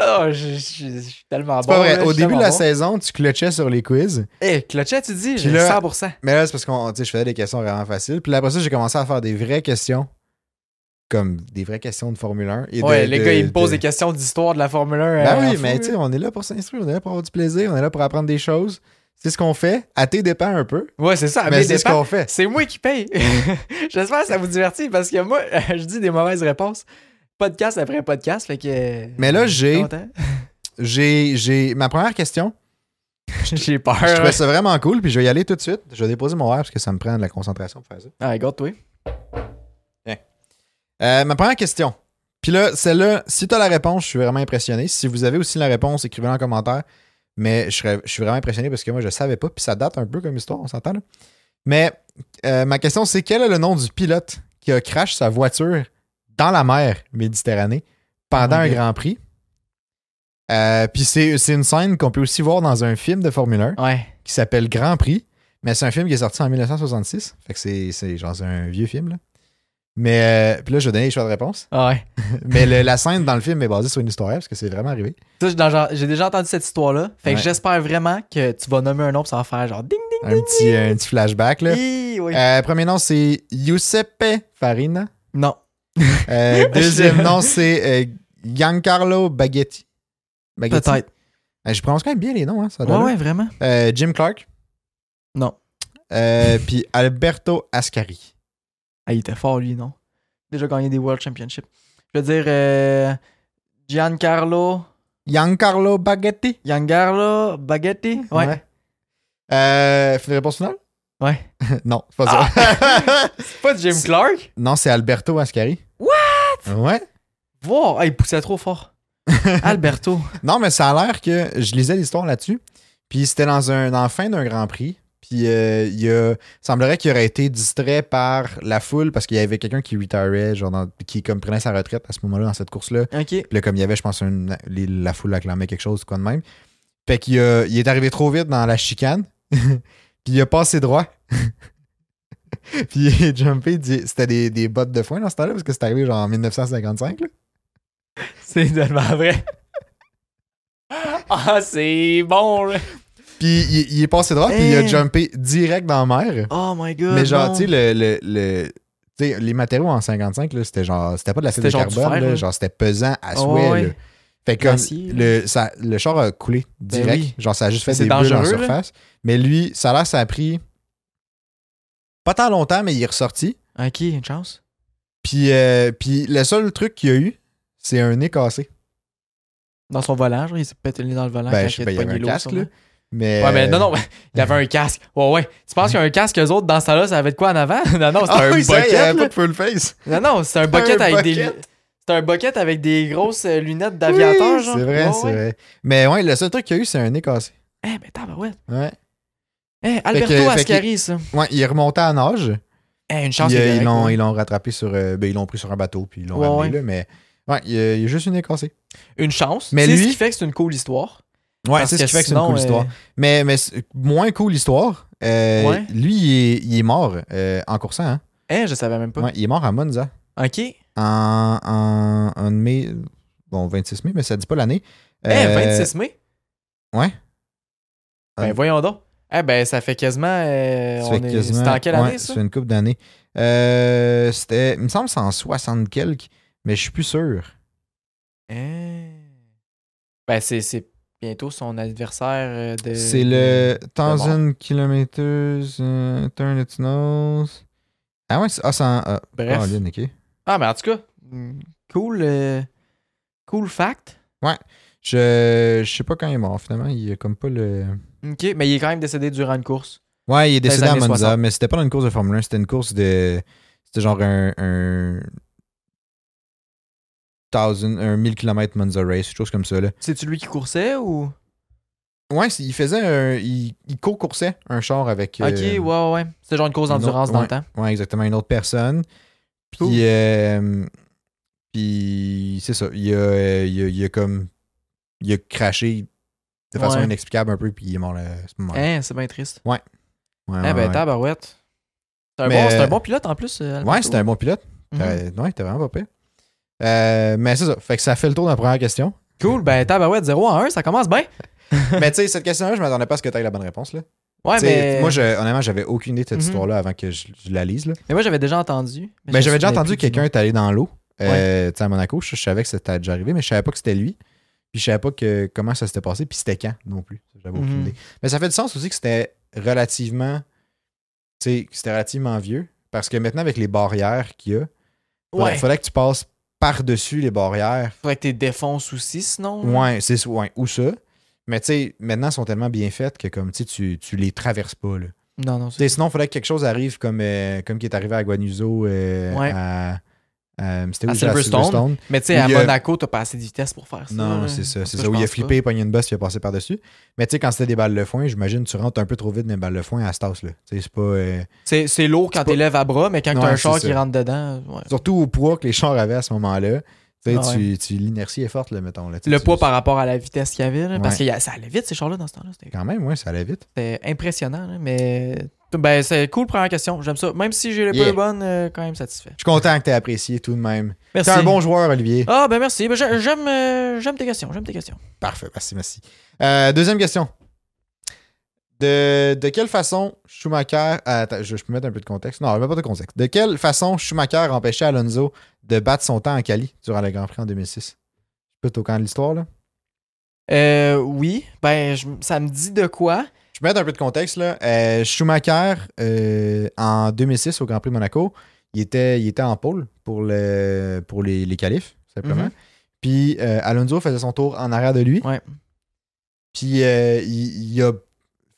S1: Oh, je, je- je suis tellement
S2: C'est
S1: bon.
S2: pas vrai.
S1: là,
S2: Au
S1: je suis
S2: début de la
S1: tellement bon.
S2: saison, tu clutchais sur les quiz.
S1: Eh, Clochet, tu dis, j'ai
S2: là-
S1: 100%.
S2: Mais là, c'est parce qu'on, tu sais, je faisais des questions vraiment faciles. Puis là, après ça, j'ai commencé à faire des vraies questions, comme des vraies questions de Formule 1. Et de-
S1: Ouais, les
S2: de-
S1: gars, ils me posent
S2: de-
S1: des questions d'histoire de la Formule 1.
S2: Ben
S1: euh,
S2: oui,
S1: en
S2: mais
S1: fou,
S2: tu
S1: là.
S2: sais, on est là pour s'instruire, on est là pour avoir du plaisir, on est là pour apprendre des choses. C'est ce qu'on fait. À tes dépens un peu.
S1: Ouais, c'est ça.
S2: mais
S1: Mais
S2: c'est ce qu'on fait.
S1: c'est moi qui paye. *laughs* J'espère que ça vous divertit parce que moi, *laughs* je dis des mauvaises réponses. Podcast après podcast, fait que.
S2: Mais là, j'ai,
S1: Content. *laughs*
S2: j'ai, j'ai ma première question.
S1: J'ai peur.
S2: Je trouvais
S1: ouais.
S2: ça vraiment cool, puis je vais y aller tout de suite. Je vais déposer mon verre parce que ça me prend de la concentration pour faire ça.
S1: Ah, regarde, toi.
S2: Euh, ma première question. Puis là, celle-là, si tu as la réponse, je suis vraiment impressionné. Si vous avez aussi la réponse, écrivez-la en commentaire. Mais je, serais- je suis vraiment impressionné parce que moi, je savais pas. Puis ça date un peu comme histoire, on s'entend là. Mais euh, ma question, c'est quel est le nom du pilote qui a crash sa voiture dans la mer Méditerranée pendant
S1: Oh my
S2: un
S1: God.
S2: Grand Prix? Euh, puis c'est c'est une scène qu'on peut aussi voir dans un film de Formule 1
S1: Ouais.
S2: qui s'appelle Grand Prix, mais c'est un film qui est sorti en 1966. Fait que c'est, c'est genre c'est un vieux film, là. Mais euh, puis là, je vais donner les choix de réponse. *laughs*
S1: Ah Ouais.
S2: Mais le- la scène dans le film est basée sur une histoire, parce que c'est vraiment arrivé.
S1: Ça, j'ai dans- genre- j'ai déjà entendu cette histoire-là. Fait que
S2: Ouais.
S1: j'espère vraiment que tu vas nommer un nom pour s'en faire genre ding ding.
S2: Un petit, euh, un petit flashback, là.
S1: Hi, oui.
S2: Euh, premier nom, c'est Giuseppe Farina.
S1: Non.
S2: Euh,
S1: *laughs*
S2: deuxième nom, c'est euh, Giancarlo Baghetti. Baghetti.
S1: Peut-être.
S2: Euh, je prononce quand même bien les noms, hein, ça
S1: Ouais,
S2: donne.
S1: ouais, vraiment.
S2: Euh, Jim Clark.
S1: Non.
S2: Euh, puis Alberto Ascari.
S1: Ah, il était fort, lui, non? Déjà gagné des World Championships. Je veux dire, euh, Giancarlo,
S2: Giancarlo Baghetti.
S1: Giancarlo Baghetti. Ouais.
S2: Euh, fait une réponse finale?
S1: Ouais.
S2: *laughs*
S1: Ah!
S2: non, c'est pas ça.
S1: C'est pas Jim
S2: C'est-
S1: Clark?
S2: *laughs* non, c'est Alberto Ascari. What? Ouais.
S1: Wow, ah, il poussait trop *laughs* fort. Alberto.
S2: Non, mais ça a l'air que je lisais l'histoire là-dessus. Puis c'était dans un dans la fin d'un Grand Prix. Puis euh, il y a- semblerait qu'il aurait été distrait par la foule parce qu'il y avait quelqu'un qui retirait, genre dans- qui comme prenait sa retraite à ce moment-là dans cette course-là.
S1: OK.
S2: Puis là, comme il y avait, je pense, une- les- la foule acclamait quelque chose, quoi de même. Fait qu'il a- il est arrivé trop vite dans la chicane. *laughs* puis il a passé droit. *laughs* puis il est jumpé. du- C'était des, des bottes de foin dans ce temps-là, parce que c'est arrivé genre en 1955. là.
S1: C'est tellement vrai. Ah, c'est bon, là.
S2: Puis il, il est passé droit, puis il a
S1: Hey.
S2: jumpé direct dans la mer.
S1: Eh! Oh my god.
S2: Mais genre,
S1: non.
S2: tu sais, le, le- le- tu sais, les matériaux en 55, là, c'était genre, c'était pas de l'acide de
S1: C'était genre
S2: carbone,
S1: du fer,
S2: là,
S1: là.
S2: genre, c'était pesant à
S1: Ah
S2: souhait.
S1: ouais.
S2: là. Fait que comme
S1: Glacier,
S2: le, ça, le char a coulé
S1: Ben
S2: direct.
S1: oui.
S2: Genre, ça a juste fait
S1: C'est
S2: des bulles en
S1: dangereux, là.
S2: surface. Mais lui, ça a l'air, ça a pris pas tant longtemps, mais il est ressorti.
S1: OK, une chance.
S2: Puis, euh, puis le seul truc qu'il y a eu, c'est un nez cassé.
S1: Dans son volant, genre, il s'est pété le nez dans le volant.
S2: Ben,
S1: quand
S2: je sais
S1: a
S2: pas, il y
S1: pogné
S2: avait un
S1: l'eau,
S2: casque,
S1: sûrement.
S2: là. Euh. Mais,
S1: Ouais, mais non, non, il y avait un casque. Ouais, ouais. Tu penses qu'il y a un casque, eux autres, dans ce temps-là, ça avait de quoi en avant? *laughs* Non, non, c'était
S2: Ah
S1: un
S2: oui, c'est vrai, il y
S1: bucket,
S2: avait
S1: là.
S2: pas de full face.
S1: Non, non,
S2: *laughs*
S1: c'est un
S2: C'était
S1: bucket
S2: un
S1: avec des.
S2: bucket.
S1: C'est un bucket avec des grosses euh, lunettes d'aviateur,
S2: Oui,
S1: genre.
S2: C'est vrai,
S1: Ouais,
S2: c'est
S1: ouais.
S2: vrai. Mais ouais, le seul truc qu'il y a eu, c'est un nez cassé.
S1: Eh, ben, tabarouette.
S2: Ouais.
S1: Eh, Alberto
S2: fait que-
S1: Ascari, ça.
S2: Ouais, il est remonté à nage.
S1: Eh, une chance
S2: Puis,
S1: qu'il
S2: euh,
S1: est
S2: ils,
S1: correct,
S2: l'ont,
S1: ouais.
S2: ils l'ont rattrapé sur. euh, ben, ils l'ont pris sur un bateau, puis ils l'ont
S1: Ouais,
S2: ramené,
S1: ouais.
S2: là, mais. Ouais, il, y a- il y a juste une écossée.
S1: Une chance.
S2: Mais
S1: Mais lui.
S2: lui-
S1: ce qui fait que c'est une cool histoire.
S2: Ouais,
S1: Parce
S2: c'est ce qui fait que c'est une
S1: sinon,
S2: cool
S1: euh,
S2: histoire. Mais, mais c'est- moins cool histoire. euh,
S1: Ouais.
S2: Lui, il est, il est mort euh, en coursant. Hein.
S1: Eh, je savais même pas.
S2: Ouais, il est mort à Monza.
S1: Ok. Eh,
S2: En, en, en mai. Bon, 26
S1: Eh,
S2: mai, mais ça dit pas l'année. Euh,
S1: 26 mai.
S2: ouais. Ah.
S1: Ben, voyons donc. Eh ben, ça fait quasiment. euh,
S2: Ça
S1: on
S2: fait
S1: est-
S2: quasiment-
S1: C'était en quelle année,
S2: ouais,
S1: ça?
S2: C'est une coupe d'années. Euh, c'était, il me semble, que c'est en 60 quelques, mais je suis plus sûr.
S1: Hein? Ben, c'est- c'est bientôt son adversaire euh, de.
S2: c'est le
S1: de
S2: 1000 km turn its nose. Ah ouais, c'est, ah, c'est en- ah,
S1: Bref.
S2: Colin, ok.
S1: Ah, mais en tout cas, mm, cool. euh, cool fact.
S2: Je, je sais pas quand il est mort, finalement. Il a comme pas le.
S1: Ok, mais il est quand même décédé durant une course.
S2: Ouais, il est
S1: Dans les
S2: décédé à
S1: années
S2: Monza,
S1: 60.
S2: mais c'était pas dans une course de Formule 1, c'était une course de. C'était genre un. un 1000 un 1000 km Monza Race, chose comme ça. Là.
S1: C'est-tu lui qui coursait ou.
S2: Ouais, c'est- il faisait un. Il, il co-coursait un char avec.
S1: Ok, ouais,
S2: euh,
S1: ouais, ouais. C'est genre une course
S2: une autre-
S1: d'endurance dans le temps.
S2: ouais, exactement, une autre personne. Puis.
S1: Cool.
S2: euh, puis c'est ça. Il a, euh, il, a, il a comme. Il a craché de façon
S1: Ouais.
S2: inexplicable un peu, puis il est mort là, à ce moment-là.
S1: Hein, c'est bien triste.
S2: Ah, Ouais,
S1: eh
S2: ouais,
S1: ben,
S2: ouais.
S1: tabarouette. C'est un,
S2: Mais-
S1: bon, c'est un bon pilote en plus. euh,
S2: Ouais,
S1: Alberto.
S2: c'était un bon pilote.
S1: Mhm.
S2: T'as- Ouais, t'es vraiment pas pire. Euh, mais c'est ça. Fait que ça fait le tour de la
S1: *laughs*
S2: première question.
S1: Cool, ben, tabarouette 0 à 1, ça commence bien.
S2: mais tu sais, cette question-là, je m'attendais pas à ce que t'aies la bonne réponse. Là.
S1: Ouais,
S2: Tu sais,
S1: mais.
S2: Moi, je, honnêtement, j'avais aucune idée de cette
S1: Mhm.
S2: histoire-là avant que je, je la lise. Là.
S1: mais moi, j'avais déjà entendu. je
S2: Mais
S1: me
S2: Ben, j'avais déjà
S1: souvenais
S2: entendu
S1: plus du
S2: quelqu'un
S1: nom.
S2: est allé dans l'eau. euh, tu sais, à Monaco, je, je savais que c'était déjà arrivé, mais je savais pas que c'était lui. Puis je savais pas que, comment ça s'était passé, puis c'était quand non plus. J'avais aucune
S1: Mhm.
S2: idée. Mais ça fait du sens aussi que c'était relativement. Tu sais, que c'était relativement vieux. Parce que maintenant, avec les barrières qu'il y a, il
S1: Ouais.
S2: fallait que tu passes par-dessus les barrières
S1: Faudrait que t'es défonces aussi, sinon.
S2: Ouais, c'est ouais, ou ça. Mais tu sais, maintenant, ils sont tellement bien faites que comme tu sais, tu tu les traverses pas. Là.
S1: Non, non,
S2: Tu
S1: c'est
S2: sais, sinon, il fallait que quelque chose arrive comme, euh, comme qui est arrivé à Guanuso euh,
S1: Ouais.
S2: à, à- c'était
S1: À
S2: où, déjà,
S1: Silverstone. Mais tu sais,
S2: Où
S1: à
S2: il y a-
S1: Monaco, t'as pas assez de vitesse pour faire ça.
S2: Non,
S1: là.
S2: c'est ça. C'est
S1: je
S2: ça où il a
S1: pense
S2: flippé, pogné une bosse, puis il a passé par-dessus. Mais tu sais, quand c'était des balles de foin, j'imagine tu rentres un peu trop vite dans les balles de foin à cette tasse-là. Tu sais, c'est pas. euh,
S1: C'est, c'est lourd quand
S2: C'est pas-
S1: t'élèves à bras, mais quand
S2: Ouais,
S1: t'as un
S2: c'est
S1: char
S2: ça.
S1: qui rentre dedans. ouais.
S2: Surtout au poids que les chars avaient à ce moment-là. Tu sais,
S1: Ah
S2: tu- tu- l'inertie est forte, là, mettons. Là, Tu sais,
S1: Le
S2: tu-
S1: poids par rapport à la vitesse qu'il y avait, là, parce
S2: Ouais.
S1: que y a- ça allait vite ces chars-là dans ce temps-là. C'était,
S2: Quand même, ouais, ça allait vite.
S1: c'était impressionnant, là, mais ben, c'est cool, première question. J'aime ça. Même si j'ai les
S2: Yeah.
S1: peu bonnes, euh, quand même satisfait.
S2: Je suis content que tu apprécié tout de même.
S1: Merci.
S2: T'es un bon joueur, Olivier.
S1: Ah, ben merci. Ben, j'ai- j'aime, euh, j'aime tes questions. J'aime tes questions.
S2: Parfait, merci, merci. Euh, deuxième question. De, de quelle façon Schumacher. euh, attends, je, je peux mettre un peu de contexte. Non, même pas de contexte. De quelle façon Schumacher empêchait Alonso de battre son temps en Cali durant le Grand Prix en 2006 Je peux au camp de l'histoire, là.
S1: Euh, oui, ben je- ça me dit de quoi.
S2: Je peux mettre un peu de contexte, là. Euh, Schumacher, euh, en 2006, au Grand Prix de Monaco, il était, il était en pôle pour, le, pour les, les qualifs, simplement.
S1: Mhm.
S2: Puis euh, Alonso faisait son tour en arrière de lui.
S1: Ouais.
S2: Puis euh, il, il a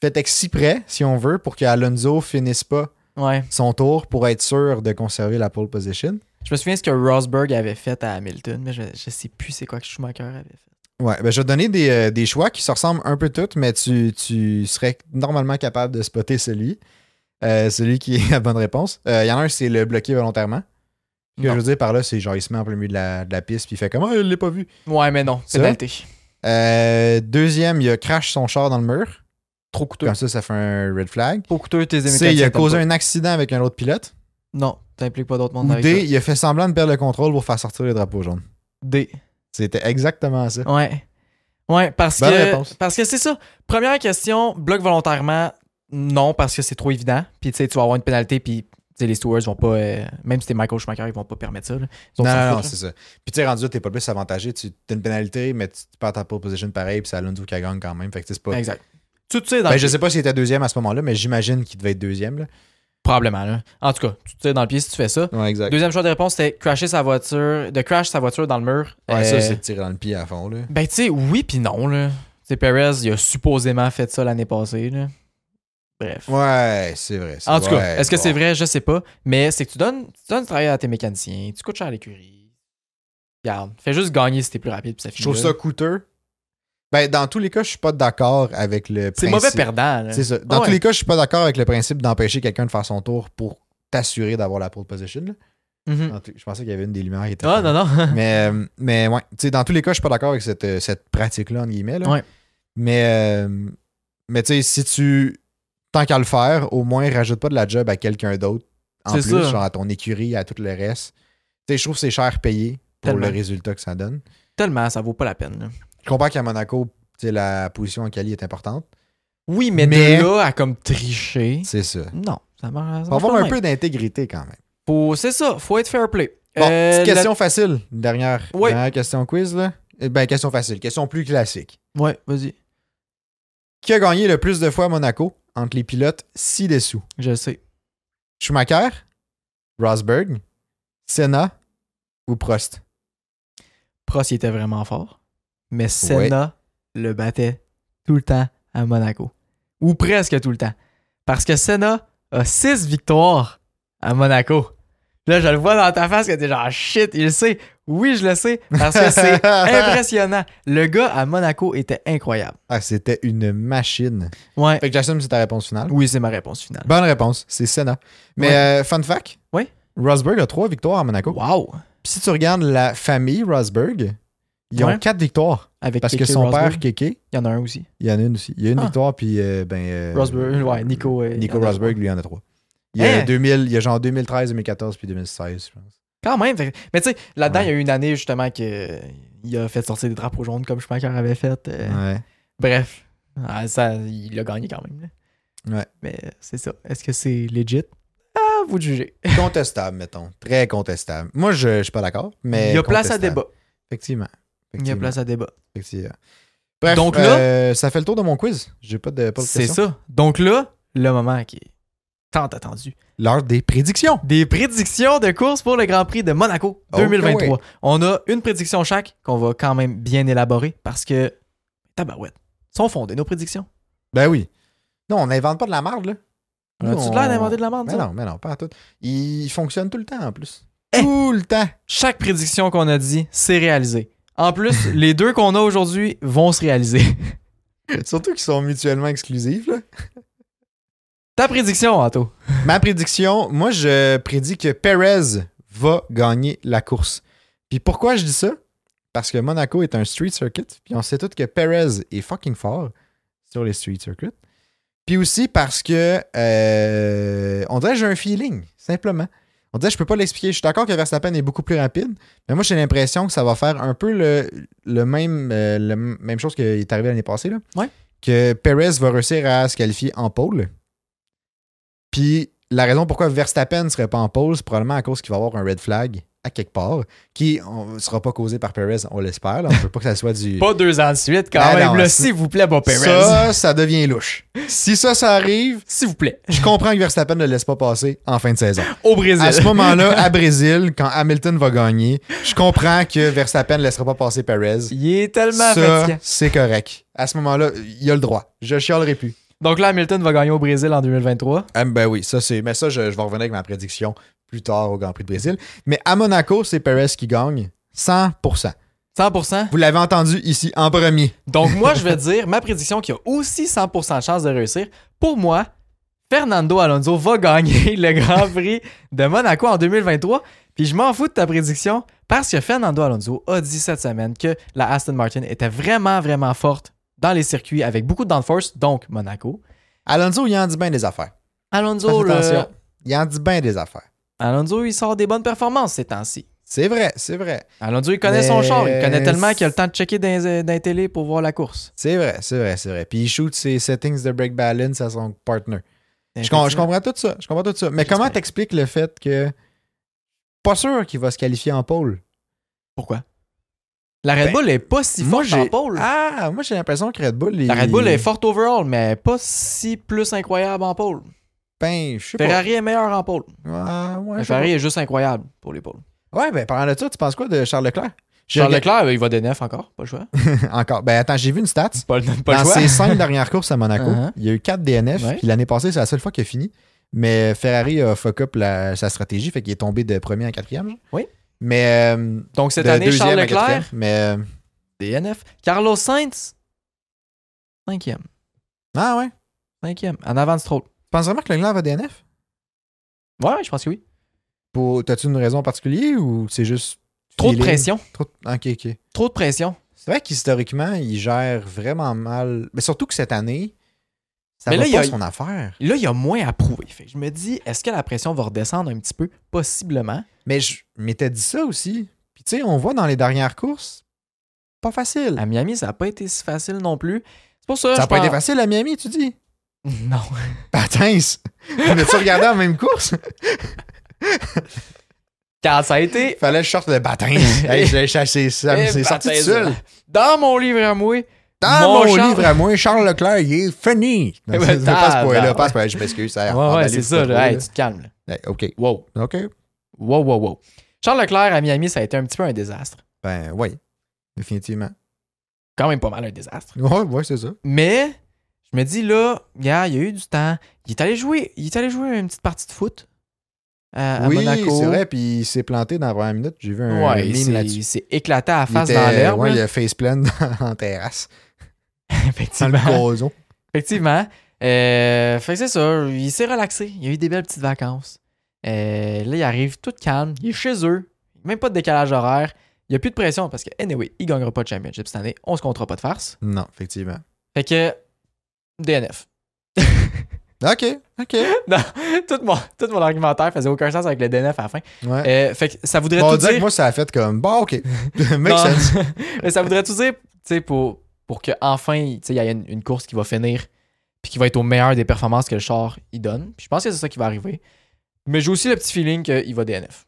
S2: fait exprès, si on veut, pour qu'Alonso finisse pas
S1: Ouais.
S2: son tour pour être sûr de conserver la pole position.
S1: Je me souviens ce que Rosberg avait fait à Hamilton, mais je, je sais plus c'est quoi que Schumacher avait fait.
S2: Ouais, ben je vais te donner des, euh, des choix qui se ressemblent un peu toutes, mais tu, tu serais normalement capable de spotter celui. Euh, celui qui est *laughs* la bonne réponse. Euh, Il y en a un, c'est le bloquer volontairement. Ce que
S1: Non.
S2: je veux dire par là, c'est genre il se met en plein milieu de la, de la piste puis il fait comme Ah, il l'a pas vu.
S1: Ouais, mais non,
S2: Ça?
S1: pénalité.
S2: Euh, deuxième, il a crash son char dans le mur.
S1: Trop coûteux.
S2: Comme ça, ça fait un red flag.
S1: Trop coûteux, tes
S2: C, il a
S1: t'aimes
S2: causé
S1: pas.
S2: un accident avec un autre pilote.
S1: Non, t'impliques pas d'autres mondes
S2: Ou
S1: avec
S2: D,
S1: ça.
S2: il a fait semblant de perdre le contrôle pour faire sortir le drapeau jaune.
S1: D.
S2: C'était exactement ça.
S1: Ouais. Ouais, parce
S2: Bonne
S1: que
S2: réponse.
S1: parce que c'est ça. Première question, bloc volontairement, non, parce que c'est trop évident. Puis tu sais, tu vas avoir une pénalité, puis tu sais, les stewards vont pas, euh, même si t'es Michael Schumacher, ils vont pas permettre ça. là. Ils vont
S2: Non,
S1: s'en
S2: non, non,
S1: foutre,
S2: c'est ça. Puis tu sais, rendu là, t'es pas plus avantagé. Tu as une pénalité, mais tu, tu perds ta pole position pareil, puis c'est Alonso qui gagne quand même. Fait que tu sais, c'est pas.
S1: là. Exact. Tu tu sais dans
S2: Ben,
S1: le
S2: je
S1: pied.
S2: sais pas s'il était deuxième à ce moment-là, mais j'imagine qu'il devait être deuxième. Là.
S1: probablement là. En tout cas, tu te sais dans le pied si tu fais ça.
S2: Ouais, exact.
S1: Deuxième choix de réponse, c'était crasher sa voiture, de crash sa voiture dans le mur.
S2: Ouais,
S1: Euh,
S2: ça, c'est tiré dans le pied à fond. Là.
S1: ben tu sais, oui puis non là. Tu sais, Perez, il a supposément fait ça l'année passée là. Bref.
S2: Ouais, c'est vrai. c'est-
S1: En tout cas,
S2: ouais,
S1: est-ce que
S2: bon.
S1: c'est vrai? Je sais pas. Mais c'est que tu donnes, tu donnes du travail à tes mécaniciens, tu coûtes cher à l'écurie. Regarde, fais juste gagner si t'es plus rapide, puis ça
S2: Je
S1: finit.
S2: trouve
S1: là.
S2: ça coûteux. Ben, dans tous les cas, je suis pas d'accord avec le
S1: C'est
S2: principe.
S1: mauvais perdant. là.
S2: C'est ça. Dans
S1: Ouais.
S2: tous les cas, je suis pas d'accord avec le principe d'empêcher quelqu'un de faire son tour pour t'assurer d'avoir la pole position. là.
S1: Mhm.
S2: Dans tous- Je pensais qu'il y avait une des lumières qui était.
S1: Ah, non, non. *laughs*
S2: Mais, euh, mais ouais, tu sais, dans tous les cas, je suis pas d'accord avec cette, euh, cette pratique-là, entre guillemets. là.
S1: Ouais.
S2: Mais, euh, mais tu sais, si tu. Tant qu'à le faire, au moins, rajoute pas de la job à quelqu'un d'autre. En
S1: C'est
S2: plus,
S1: ça.
S2: genre à ton écurie, à tout le reste. Tu sais, je trouve que c'est cher payé pour
S1: Tellement.
S2: le résultat que ça donne.
S1: Tellement, ça vaut pas la peine. là.
S2: Je comprends qu'à Monaco, tu sais, la position en quali est importante.
S1: Oui, mais,
S2: Mais-
S1: de là à comme tricher.
S2: C'est ça. Faut
S1: Non, ça marche. ça marche
S2: avoir
S1: pas
S2: un
S1: de même.
S2: peu d'intégrité quand même.
S1: Faut- C'est ça, faut être fair play.
S2: Bon,
S1: Euh,
S2: petite
S1: la-
S2: question facile. Dernière,
S1: Ouais.
S2: dernière question quiz, là. Eh Ben, question facile. Question plus classique.
S1: Ouais, vas-y.
S2: Qui a gagné le plus de fois à Monaco entre les pilotes ci-dessous?
S1: Je sais.
S2: Schumacher, Rosberg, Senna ou Prost?
S1: Prost, il était vraiment fort. Mais Senna le battait tout le temps à Monaco. Ou presque tout le temps. Parce que Senna a 6 victoires à Monaco. Là, je le vois dans ta face que t'es genre shit, il le sait. Oui, je le sais. Parce que
S2: *laughs*
S1: c'est impressionnant. Le gars à Monaco était incroyable.
S2: Ah, c'était une machine.
S1: Ouais.
S2: Fait que j'assume que c'est ta réponse finale.
S1: Oui, c'est ma réponse finale.
S2: Bonne réponse, c'est Senna. Mais
S1: Ouais.
S2: euh, fun fact,
S1: Ouais.
S2: Rosberg a trois victoires à Monaco.
S1: Wow!
S2: Puis si tu regardes la famille Rosberg, ils
S1: Ouais.
S2: ont quatre victoires.
S1: Avec
S2: Parce que
S1: Keke
S2: son
S1: Rosberg.
S2: père, Keke,
S1: Il y en a un aussi.
S2: il y en a une aussi. Il y a une
S1: Ah.
S2: victoire, puis euh, ben... euh,
S1: Rosberg, ouais, Nico, euh,
S2: Nico
S1: il y en a
S2: Rosberg, lui, il y en a trois. Il y a,
S1: Hein?
S2: 2000, il y a genre 2013, 2014, puis 2016, je pense.
S1: Quand même. fait- Mais tu sais, là-dedans,
S2: Ouais.
S1: il y a eu une année justement que euh, il a fait sortir des drapeaux jaunes comme Schumacher avait fait. euh,
S2: Ouais.
S1: Bref, Ah, ça, il a gagné quand même. là.
S2: Ouais.
S1: Mais c'est ça. Est-ce que c'est legit? Ah, vous de jugez.
S2: Contestable, mettons. Très contestable. Moi, je ne suis pas d'accord, mais.
S1: il y a place à
S2: contestable.
S1: débat. Il
S2: Effectivement.
S1: y a
S2: Effectivement.
S1: place à débat.
S2: Effectivement. Bref,
S1: Donc là-
S2: euh, ça fait le tour de mon quiz. J'ai pas de, pas de
S1: C'est
S2: questions.
S1: ça. Donc là, le moment qui est tant attendu.
S2: L'heure des prédictions.
S1: Des prédictions de course pour le Grand Prix de Monaco
S2: Ok.
S1: 2023. On a une prédiction chaque qu'on va quand même bien élaborer parce que tabarouette, sont fondées nos prédictions.
S2: Ben oui. Non, on n'invente pas de la merde, là.
S1: On a-tu
S2: Nous,
S1: de l'air
S2: on-
S1: d'inventer de la merde,
S2: Mais
S1: ça? Eh!
S2: non, mais non, pas à tout. Ils fonctionnent tout le temps, en plus.
S1: Hey!
S2: Tout le temps.
S1: Chaque prédiction qu'on a dit, c'est réalisé. En *laughs* plus, les deux qu'on a aujourd'hui vont se réaliser. *laughs*
S2: Surtout qu'ils sont mutuellement exclusifs, là.
S1: Ta prédiction, Anto.
S2: Ma prédiction, moi, je prédis que Perez va gagner la course. Puis pourquoi je dis ça? Parce que Monaco est un street circuit, puis on sait tous que Perez est fucking fort sur les street circuits. Puis aussi parce que euh, on dirait que j'ai un feeling, simplement. On dirait que je peux pas l'expliquer. Je suis d'accord que Verstappen est beaucoup plus rapide, mais moi j'ai l'impression que ça va faire un peu le, le même euh, le m- même chose qui est arrivé l'année passée là.
S1: Ouais.
S2: Que Perez va réussir à se qualifier en pole. Puis la raison pourquoi Verstappen ne serait pas en pole, c'est probablement à cause qu'il va avoir un red flag à quelque part, qui ne sera pas causé par Perez, on l'espère. là. On ne veut pas que ça soit du.
S1: Pas deux ans de suite, quand
S2: Ben
S1: même,
S2: non,
S1: là,
S2: c'est-
S1: s'il vous plaît, Bob Perez.
S2: ça, ça devient louche. Si ça, ça arrive,
S1: S'il vous plaît. *laughs*
S2: je comprends que Verstappen ne le laisse pas passer en fin de saison.
S1: Au Brésil.
S2: À ce moment-là, à Brésil, quand Hamilton va gagner, je comprends que Verstappen ne laissera pas passer Perez.
S1: Il est tellement
S2: Ça,
S1: fatigué.
S2: c'est correct. À ce moment-là, il a le droit. Je chialerai plus.
S1: Donc là, Hamilton va gagner au Brésil en 2023.
S2: Ah, ben oui, ça c'est. Mais ça, je, je vais revenir avec ma prédiction plus tard au Grand Prix de Brésil. Mais à Monaco, c'est Perez qui gagne 100%.
S1: 100%.
S2: Vous l'avez entendu ici en premier.
S1: Donc moi, je vais dire ma prédiction qui a aussi 100% de chance de réussir. Pour moi, Fernando Alonso va gagner *laughs* le Grand Prix de Monaco en 2023. Puis je m'en fous de ta prédiction parce que Fernando Alonso a dit cette semaine que la Aston Martin était vraiment, vraiment forte dans les circuits avec beaucoup de downforce, donc Monaco.
S2: Alonso, il en dit bien des affaires.
S1: Alonso,
S2: Faites
S1: le-
S2: attention. Il en dit bien des affaires.
S1: Alonso, il sort des bonnes performances ces temps-ci.
S2: C'est vrai, c'est vrai.
S1: Alonso, il connaît
S2: Mais-
S1: son char. Il connaît tellement qu'il a le temps de checker dans, les- dans les télé pour voir la course.
S2: C'est vrai, c'est vrai, c'est vrai. Puis il shoot ses settings de break balance à son partner. Je, com- je comprends tout ça. Je comprends tout ça. Mais
S1: J'espère.
S2: comment t'expliques le fait que. Pas sûr qu'il va se qualifier en pôle.
S1: Pourquoi? La Red
S2: Ben,
S1: Bull est pas si
S2: moi,
S1: forte en
S2: j'ai-
S1: pôle.
S2: Ah, moi j'ai l'impression que Red Bull.
S1: La Red Bull est forte overall, mais pas si plus incroyable en pôle.
S2: Ben, je sais pas.
S1: Ferrari est meilleur en pôle. Mais
S2: Ah, ouais, je sais pas.
S1: Ferrari est juste incroyable pour les pôles.
S2: Ouais, ben parlant de ça, tu penses quoi de Charles Leclerc? J'ai
S1: Charles Leclerc, euh, il va des neuf encore, pas le
S2: *laughs*
S1: choix.
S2: regardé- Encore. Ben attends, j'ai vu une stat.
S1: Pas le, pas le
S2: Dans
S1: choix.
S2: ses cinq dernières courses à Monaco,
S1: Uh-huh.
S2: il y a eu 4 DNF.
S1: Ouais.
S2: Puis l'année passée, c'est la seule fois qu'il a fini. Mais Ferrari a fuck up la- sa stratégie, fait qu'il est tombé de premier en quatrième. genre.
S1: Oui.
S2: Mais euh,
S1: Donc cette
S2: de
S1: année,
S2: deuxième
S1: Charles
S2: à quatrième,
S1: Leclerc,
S2: Mais euh,
S1: DNF. Carlos Sainz, cinquième.
S2: ah ouais. Tu
S1: Cinquième, en avant de Stroll.
S2: penses vraiment que Leclerc va DNF?
S1: Ouais, je pense que oui.
S2: Pour, t'as-tu une raison particulière ou c'est juste
S1: Trop de
S2: feeling?
S1: pression.
S2: Trop de- Ok, ok.
S1: Trop de pression.
S2: C'est vrai qu'historiquement, il gère vraiment mal. Mais surtout que cette année, ça
S1: Mais
S2: va
S1: là, il y
S2: pas
S1: a-
S2: son affaire.
S1: Là, il y a moins à prouver. Fait que je me dis, est-ce que la pression va redescendre un petit peu? Possiblement.
S2: Mais je m'étais dit ça aussi. Puis tu sais, on voit dans les dernières courses, pas facile.
S1: À Miami, ça n'a pas été si facile non plus. C'est pour ça.
S2: Ça
S1: Ah, je
S2: n'a pas été
S1: pense-
S2: facile à Miami, tu dis?
S1: *laughs* Non.
S2: Patins! *laughs* On a-tu regardé en même course? *laughs*
S1: Quand ça a été
S2: Fallait le short de
S1: *laughs*
S2: patins. hey, je l'ai chassé, ça me-
S1: Eh,
S2: c'est sorti tout
S1: parenthèse,
S2: seul.
S1: Dans mon livre à moi.
S2: Dans
S1: Mon
S2: mon,
S1: Charles-
S2: livre à moi, Charles Leclerc, il est fini.
S1: *laughs* Ouais,
S2: Non, c'est- pas ce point-là,
S1: tabarnak.
S2: pas ce point-là, je m'excuse. ça a
S1: ouais, ouais,
S2: emballé
S1: c'est
S2: beaucoup
S1: ça.
S2: trop,
S1: là. Hey,
S2: là.
S1: tu te calmes. là.
S2: Hey, Ben, OK.
S1: Wow.
S2: OK.
S1: Wow, wow, wow. Charles Leclerc à Miami, ça a été un petit peu un désastre.
S2: Ben, oui. Définitivement.
S1: Quand même pas mal un désastre.
S2: Ouais, ouais, c'est ça.
S1: Mais je me dis là, gars, il y a eu du temps. Il est allé jouer, il est allé jouer une petite partie de foot euh, à, à
S2: oui,
S1: Monaco.
S2: c'est vrai, puis il s'est planté dans la première minute. J'ai vu un
S1: Ouais, il
S2: meme
S1: s'est-
S2: là-dessus.
S1: il s'est éclaté à la
S2: Il
S1: face
S2: était-
S1: dans l'herbe.
S2: Ouais,
S1: là.
S2: il a face plein *laughs* en terrasse. Dans
S1: *laughs*
S2: le
S1: Effectivement.
S2: gazon.
S1: Effectivement. Euh, fait que c'est ça. Il s'est relaxé. Il a eu des belles petites vacances. Euh, là, il arrive tout calme. Il est chez eux. Même pas de décalage horaire. Il n'y a plus de pression parce que, anyway, il gagnera pas de championship cette année. On se comptera pas de farce.
S2: Non, effectivement.
S1: Fait que, DNF.
S2: OK, OK.
S1: *laughs* tout, mon, tout mon argumentaire faisait aucun sens avec le DNF à la fin.
S2: Ouais.
S1: Euh, fait que ça voudrait
S2: Bon, on
S1: tout
S2: dirait
S1: dire.
S2: que moi, ça a fait comme, bon,
S1: *laughs*
S2: OK. *laughs* Make
S1: Non.
S2: sense.
S1: *laughs* Mais ça voudrait tout dire, tu sais, pour, pour qu'enfin, il y ait une, une course qui va finir, puis qui va être au meilleur des performances que le char il donne. Puis je pense que c'est ça qui va arriver. Mais j'ai aussi le petit feeling qu'il va DNF.